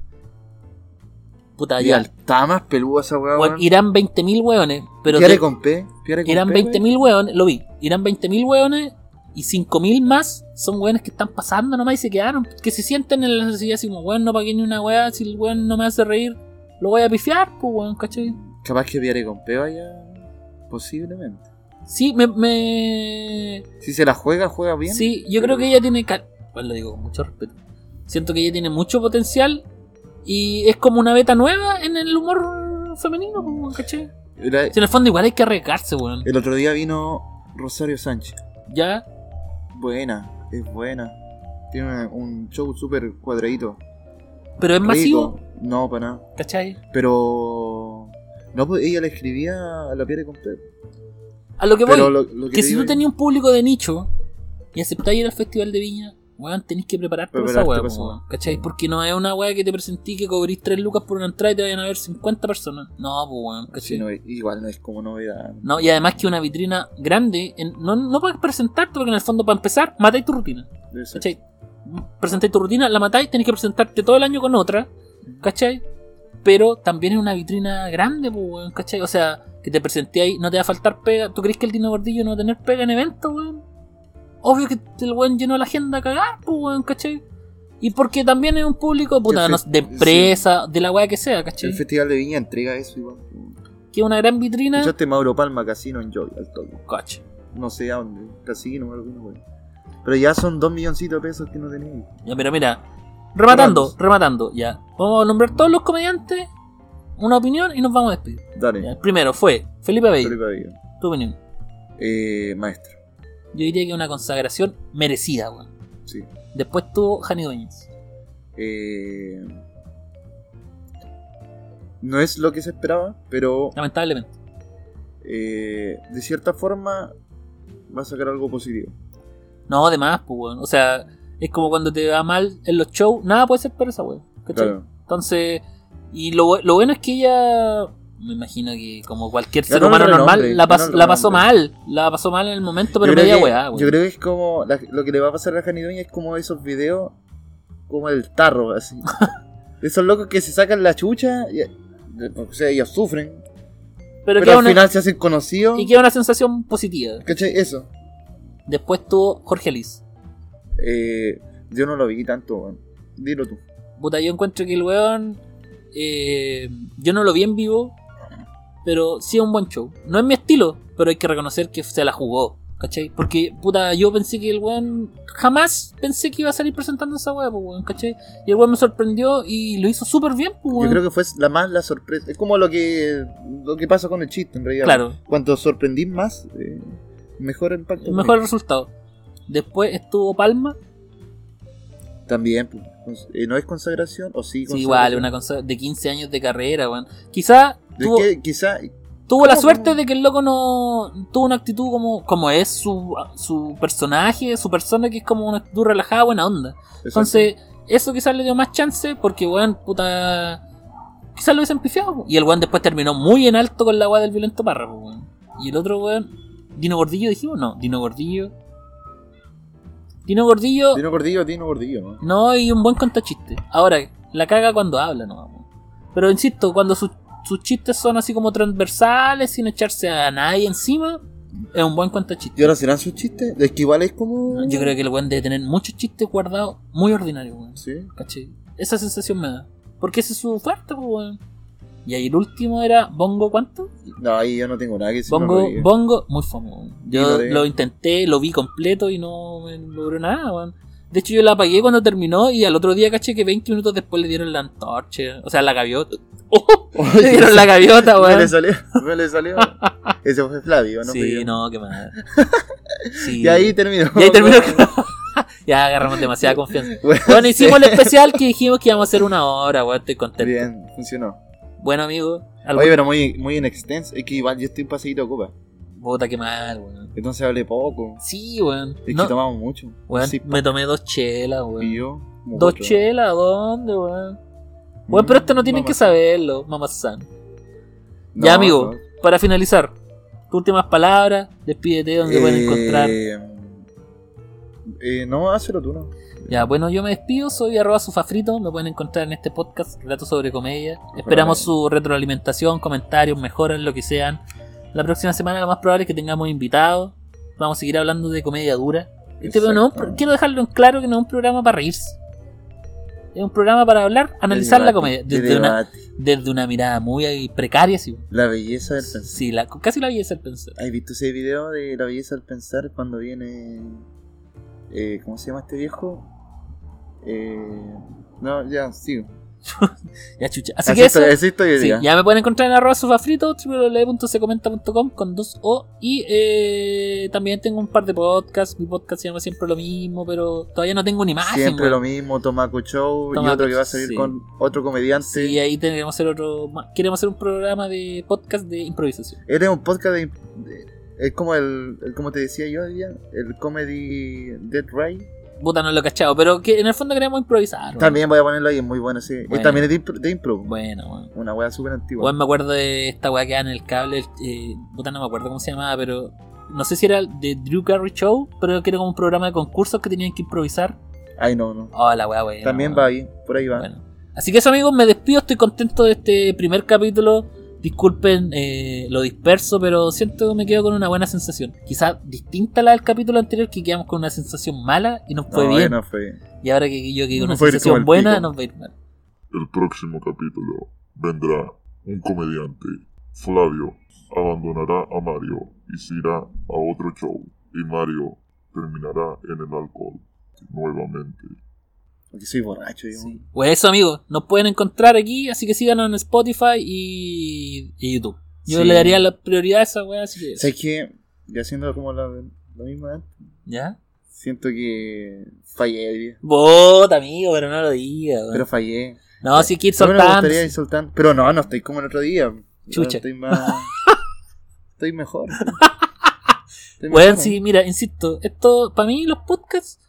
Speaker 1: Puta,
Speaker 2: Mira,
Speaker 1: ya.
Speaker 2: está más peluda esa weá,
Speaker 1: Weón,
Speaker 2: weón.
Speaker 1: irán 20.000 weones, pero
Speaker 2: Piare
Speaker 1: te-
Speaker 2: con P. Piare con
Speaker 1: irán
Speaker 2: P, weón.
Speaker 1: 20.000 weones, lo vi. Irán 20.000 weones y 5.000 más son weones que están pasando nomás y se quedaron. Que se sienten en la necesidad así como, weón, no pagué ni una wea, si el weón no me hace reír, lo voy a pifiar, pues weón, ¿cachai?
Speaker 2: Capaz que Piare con P vaya. Posiblemente.
Speaker 1: Sí, me... me...
Speaker 2: Si se la juega, juega bien.
Speaker 1: Sí, yo creo que ella tiene... cal- Bueno, lo digo con mucho respeto. Siento que ella tiene mucho potencial y es como una beta nueva en el humor femenino, pues, weón, ¿cachai?
Speaker 2: Era-
Speaker 1: Si en el fondo igual hay que arriesgarse, weón.
Speaker 2: El otro día vino Rosario Sánchez.
Speaker 1: Ya,
Speaker 2: Buena, es buena. Tiene una- un show súper cuadradito.
Speaker 1: pero es masivo,
Speaker 2: Rico. No, para nada.
Speaker 1: ¿cachai?
Speaker 2: Pero. No, pues ella le escribía a la Piare con P.
Speaker 1: A lo que voy...
Speaker 2: Pero lo, lo que
Speaker 1: que
Speaker 2: te
Speaker 1: si
Speaker 2: digo
Speaker 1: tú
Speaker 2: es-
Speaker 1: tenías un público de nicho y aceptáis ir al festival de viña, weón, tenés que prepararte para esa
Speaker 2: Prepararte
Speaker 1: weá,
Speaker 2: para esa
Speaker 1: po,
Speaker 2: weá.
Speaker 1: weón, ¿cachai? Porque no es una weá que te presentí que cobrís 3 lucas por una entrada y te vayan a ver 50 personas. No, pues weón,
Speaker 2: Sí,
Speaker 1: ¿cachai?
Speaker 2: no
Speaker 1: no,
Speaker 2: es- igual no es como novedad.
Speaker 1: y además que una vitrina grande, en- no, no puedes presentarte porque en el fondo para empezar, matáis tu rutina,
Speaker 2: Debe ser.
Speaker 1: ¿cachai? Presentáis tu rutina, la matáis, tenés que presentarte todo el año con otra, ¿cachai? Pero también es una vitrina grande, pues, weón, ¿cachai? O sea, que te presenté ahí, no te va a faltar pega. ¿Tú crees que el Dino Gordillo no va a tener pega en eventos, weón? Obvio que el weón llenó la agenda a cagar, pues, weón, ¿cachai? Y porque también es un público, puta,
Speaker 2: fe-
Speaker 1: no sé, de empresa, de la weá que sea, ¿cachai?
Speaker 2: El Festival de Viña entrega eso igual.
Speaker 1: Que es una gran vitrina.
Speaker 2: Escuchaste Mauro Palma, Casino en Joy, al toque.
Speaker 1: Coche.
Speaker 2: No sé a dónde, casino o alguna wea. Pero ya son dos milloncitos de pesos que no tenéis.
Speaker 1: Ya, pero mira, rematando,
Speaker 2: Vamos.
Speaker 1: rematando, ya. Vamos a nombrar todos los comediantes, una opinión y nos vamos a despedir.
Speaker 2: Dale,
Speaker 1: Ya, el primero fue Felipe Bello,
Speaker 2: Felipe Avillo.
Speaker 1: tu opinión.
Speaker 2: Eh, maestro,
Speaker 1: Yo diría que es una consagración merecida, weón.
Speaker 2: sí.
Speaker 1: Después tuvo Jani Doñez.
Speaker 2: Eh, no es lo que se esperaba, pero
Speaker 1: Lamentablemente.
Speaker 2: eh, de cierta forma va a sacar algo positivo.
Speaker 1: No, además, pues, weón. O sea, es como cuando te va mal en los shows, nada puede ser para esa weón. ¿Cachai?
Speaker 2: Claro.
Speaker 1: Entonces, y lo, bu- lo bueno es que ella, me imagino que como cualquier ser
Speaker 2: Ganó el
Speaker 1: humano normal,
Speaker 2: renombre,
Speaker 1: la, pas-
Speaker 2: ganó el
Speaker 1: la pasó
Speaker 2: renombre.
Speaker 1: mal. La pasó mal en el momento, pero
Speaker 2: yo, creo
Speaker 1: media
Speaker 2: que,
Speaker 1: weá, weón.
Speaker 2: yo creo que es como la- lo que le va a pasar a la Janidoña es como esos videos como el tarro, así. esos locos que se sacan la chucha, y- o sea, ellos sufren,
Speaker 1: Pero,
Speaker 2: pero,
Speaker 1: queda
Speaker 2: al
Speaker 1: una,
Speaker 2: final se hacen conocidos.
Speaker 1: y queda una sensación positiva.
Speaker 2: ¿Cachai? Eso.
Speaker 1: Después tuvo Jorge Liz.
Speaker 2: Eh, yo no lo vi tanto, weón. Dilo tú.
Speaker 1: Puta, yo encuentro que el weón. eh, yo no lo vi en vivo, pero sí es un buen show. No es mi estilo, pero hay que reconocer que se la jugó, ¿cachai? Porque, puta, yo pensé que el weón. Jamás pensé que iba a salir presentando esa weá, pues, weón, ¿cachai? Y el weón me sorprendió y lo hizo súper bien, pues,
Speaker 2: Yo
Speaker 1: weón.
Speaker 2: creo que fue la más la sorpresa. Es como lo que lo que pasa con el chiste, en realidad.
Speaker 1: Claro,
Speaker 2: Cuanto sorprendís más, eh, mejor el impacto.
Speaker 1: el mejor resultado. Después estuvo Palma.
Speaker 2: También, pues, cons- eh, ¿no es consagración? ¿O sí?
Speaker 1: Sí, igual, una cosa de 15 años de carrera, weón. Quizá tuvo,
Speaker 2: quizá
Speaker 1: Tuvo la
Speaker 2: ¿Cómo?
Speaker 1: suerte de que el loco no tuvo una actitud como, como es su, su personaje, su persona que es como una actitud relajada, buena onda. Entonces, eso quizás le dio más chance porque, weón, puta. Quizás lo hubiesen pifiado. po. Y el weón después terminó muy en alto con la weá del violento párrafo, weón. Y el otro weón, Dino Gordillo, dijimos, no, Dino Gordillo. Dino Gordillo,
Speaker 2: Dino Gordillo, Dino Gordillo. ¿no?
Speaker 1: no, y un buen contachiste. Ahora, la caga cuando habla, no. weón. Pero insisto, cuando sus- sus chistes son así como transversales, sin echarse a nadie encima, es un buen
Speaker 2: ¿Y
Speaker 1: contachiste.
Speaker 2: ahora serán sus chistes? Es que igual es como.
Speaker 1: Yo creo que el weón debe tener muchos chistes guardados, muy ordinarios, weón.
Speaker 2: Sí.
Speaker 1: ¿Cachai? Esa sensación me da. Porque ese es su fuerte, pues, weón. Y ahí el último era Bongo, ¿cuánto?
Speaker 2: No, ahí yo no tengo nada que decir. no
Speaker 1: Bongo,
Speaker 2: lo vi.
Speaker 1: Bongo, muy famoso. weón. Yo
Speaker 2: Dilo, dilo.
Speaker 1: lo intenté, lo vi completo y no me logró nada, weón. De hecho, yo la apagué cuando terminó y al otro día caché que 20 minutos después le dieron la antorcha. O sea, la gaviota. ¡Oh! le dieron la gaviota,
Speaker 2: No le
Speaker 1: weón.
Speaker 2: salió, no le salió. Ese fue Flavio, ¿no?
Speaker 1: Sí,
Speaker 2: Pedro?
Speaker 1: no, qué mal. Sí.
Speaker 2: Y ahí terminó.
Speaker 1: Y ahí terminó. ya agarramos demasiada confianza.
Speaker 2: Bueno,
Speaker 1: Bueno, hicimos
Speaker 2: sí.
Speaker 1: el especial que dijimos que íbamos a hacer una hora, weón. Estoy contento.
Speaker 2: Bien, funcionó.
Speaker 1: Bueno, amigo. Algo...
Speaker 2: Oye, pero muy, muy en extenso. Es que igual yo estoy un paseíto de copa.
Speaker 1: Puta, qué mal, weón.
Speaker 2: Entonces hablé poco.
Speaker 1: Sí, weón.
Speaker 2: Es
Speaker 1: No,
Speaker 2: que tomamos mucho.
Speaker 1: weón,
Speaker 2: Sí,
Speaker 1: me tomé dos chelas, weón.
Speaker 2: y yo. como
Speaker 1: Dos
Speaker 2: cuatro.
Speaker 1: chelas, ¿dónde, weón? Bueno, pero esto no tienen
Speaker 2: Mamá.
Speaker 1: que saberlo, mamá san.
Speaker 2: No,
Speaker 1: ya, amigo,
Speaker 2: no.
Speaker 1: para finalizar, tus últimas palabras, despídete donde pueden
Speaker 2: Eh,
Speaker 1: encontrar.
Speaker 2: eh, no, hazlo tú, no.
Speaker 1: Ya, bueno, yo me despido, soy arroba sufafrito, me pueden encontrar en este podcast, Relatos sobre Comedia. Esperamos su retroalimentación, comentarios, mejoras, lo que sean. La próxima semana lo más probable es que tengamos invitados. Vamos a seguir hablando de comedia dura. Este
Speaker 2: Exacto.
Speaker 1: no es un pro- quiero dejarlo en claro que no es un programa para reírse. Es un programa para hablar, analizar
Speaker 2: De
Speaker 1: la
Speaker 2: debate,
Speaker 1: comedia.
Speaker 2: de
Speaker 1: Desde una,
Speaker 2: debate.
Speaker 1: desde una mirada muy precaria, sí.
Speaker 2: La belleza del pensar.
Speaker 1: sí la, casi la belleza del pensar.
Speaker 2: ¿Has visto ese video de la belleza del pensar cuando viene. eh, ¿Cómo se llama este viejo? Eh, no, ya, sigo.
Speaker 1: Ya chucha. Así que
Speaker 2: Así
Speaker 1: eso.
Speaker 2: estoy- así estoy hoy
Speaker 1: sí,
Speaker 2: día.
Speaker 1: ya me pueden encontrar en arroba sofafrito, www.secomenta.com con dos O. Y eh, también tengo un par de podcasts. Mi podcast se llama siempre lo mismo, pero todavía no tengo una imagen.
Speaker 2: Siempre
Speaker 1: weón.
Speaker 2: lo mismo, Tomaco Show y
Speaker 1: ah, Tomaco,
Speaker 2: otro que va a salir
Speaker 1: sí.
Speaker 2: con otro comediante.
Speaker 1: Sí, eh. ahí tenemos hacer otro. ma- Queremos hacer un programa de podcast de improvisación.
Speaker 2: Eres Este un podcast de, de- es como el, el- como te decía yo hoy día, el comedy Dead Ray.
Speaker 1: Puta, no lo he cachado, pero que en el fondo queremos improvisar. weón.
Speaker 2: También voy a ponerlo ahí, es muy bueno ese.
Speaker 1: Bueno.
Speaker 2: Y también es de impro, de impro,
Speaker 1: Bueno, bueno.
Speaker 2: una wea súper antigua.
Speaker 1: Weón, me acuerdo de esta weá que da en el cable. el- eh, puta, no me acuerdo cómo se llamaba, pero. No sé si era de Drew Carey Show, pero que era como un programa de concursos que tenían que improvisar.
Speaker 2: Ay no, no.
Speaker 1: Oh, la weá, weá.
Speaker 2: también va ahí, por ahí va.
Speaker 1: Bueno. Así que eso, amigos, me despido. Estoy contento de este primer capítulo. Disculpen eh, lo disperso, pero siento que me quedo con una buena sensación. Quizás distinta a la del capítulo anterior, que quedamos con una sensación mala y nos fue
Speaker 2: no,
Speaker 1: bien.
Speaker 2: no fue.
Speaker 1: Y ahora que yo quedé con
Speaker 2: Nos
Speaker 1: una
Speaker 2: fue a ir como
Speaker 1: sensación
Speaker 2: el
Speaker 1: buena,
Speaker 2: pico.
Speaker 1: nos va a ir mal.
Speaker 3: El próximo capítulo vendrá un comediante. Flavio abandonará a Mario y se irá a otro show. Y Mario terminará en el alcohol nuevamente.
Speaker 2: Porque soy borracho, digo.
Speaker 1: Sí. Pues eso, amigos, nos pueden encontrar aquí, así que síganos en Spotify y, y YouTube. Yo
Speaker 2: Sí.
Speaker 1: le daría la prioridad a esa weá, así que.
Speaker 2: ¿Sabes qué? Ya haciendo como la- lo mismo de antes,
Speaker 1: ¿Ya?
Speaker 2: siento que fallé hoy día.
Speaker 1: Vota, amigo, pero no lo diga, weón.
Speaker 2: Pero fallé.
Speaker 1: No, si Kid
Speaker 2: No me lo
Speaker 1: soltando.
Speaker 2: gustaría ir soltando. Pero no, no estoy como el otro día. Ahora
Speaker 1: Chucha.
Speaker 2: Estoy más. estoy mejor. Estoy
Speaker 1: Weón,
Speaker 2: mejor.
Speaker 1: sí, mira, insisto, esto, para mí los podcasts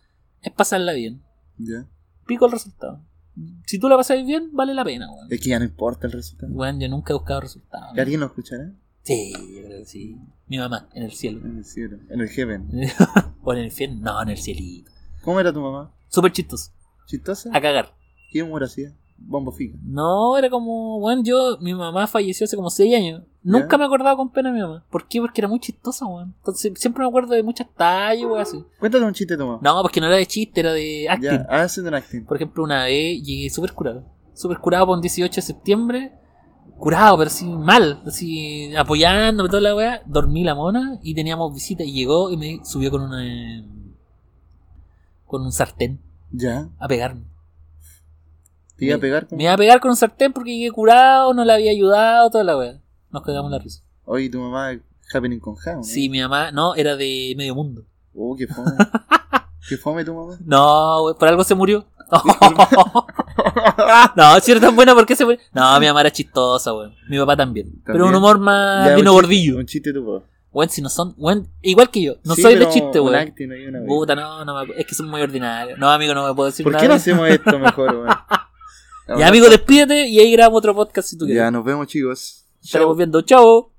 Speaker 1: es pasarla bien.
Speaker 2: Ya.
Speaker 1: Pico el resultado. Si tú la pasas bien, vale la pena, weón.
Speaker 2: Es que ya no importa el resultado.
Speaker 1: Weón, yo nunca he buscado resultados.
Speaker 2: ¿Que ¿Alguien lo escuchará?
Speaker 1: Sí, yo creo que sí. Mi mamá, en el cielo.
Speaker 2: En el cielo. En el heaven.
Speaker 1: o en el infierno, no, en el cielito.
Speaker 2: ¿Cómo era tu mamá?
Speaker 1: Súper chistoso.
Speaker 2: ¿Chistosa?
Speaker 1: A cagar.
Speaker 2: ¿Qué humor hacía? Bombo fica.
Speaker 1: No, era como, bueno, yo, mi mamá falleció hace como 6 años. Nunca
Speaker 2: ¿Ya?
Speaker 1: me acordaba con pena de mi mamá. ¿Por qué? Porque era muy chistosa, weón. Entonces siempre me acuerdo de muchas tallas, weón, así.
Speaker 2: Cuéntate un chiste, tu mamá.
Speaker 1: No, porque no era de chiste, era de acting.
Speaker 2: Ya, ah, haciendo un acting.
Speaker 1: Por ejemplo, una vez llegué súper curado. Súper curado por un 18 de septiembre. Curado, pero así mal. Así apoyándome toda la weá. Dormí la mona y teníamos visita. Y llegó y me subió con una. eh, con un sartén
Speaker 2: Ya.
Speaker 1: a pegarme.
Speaker 2: Te iba a
Speaker 1: Me-
Speaker 2: pegar. con-
Speaker 1: Me iba a pegar con un sartén porque llegué curado, no le había ayudado, toda la weá. Nos cagamos la risa.
Speaker 2: Oye, tu mamá happening con Jao. ¿no?
Speaker 1: Sí, mi mamá, no, era de medio mundo.
Speaker 2: Oh, qué fome. qué fome tu mamá.
Speaker 1: No, we- por algo se murió. no, si era tan buena, ¿por qué se murió? No, mi mamá era chistosa, weón. Mi papá también. Pero un
Speaker 2: También.
Speaker 1: humor más
Speaker 2: Ya,
Speaker 1: Ah, vino
Speaker 2: un chiste-
Speaker 1: gordillo.
Speaker 2: Un chiste, tu papá.
Speaker 1: Weón, si no son. Weón, igual que yo. No
Speaker 2: Sí,
Speaker 1: soy de
Speaker 2: pero
Speaker 1: chiste,
Speaker 2: un
Speaker 1: weón.
Speaker 2: acting ahí una vez.
Speaker 1: Puta, no, no me acu- Es que son muy ordinarios. No, amigo, no me puedo decir
Speaker 2: ¿Por
Speaker 1: nada.
Speaker 2: qué no
Speaker 1: de-
Speaker 2: hacemos esto mejor, weón?
Speaker 1: Ya, amigo, despídete y ahí grabamos otro podcast si tú quieres.
Speaker 2: um Ya, nos vemos, chicos.
Speaker 1: Estaremos viendo. Chao.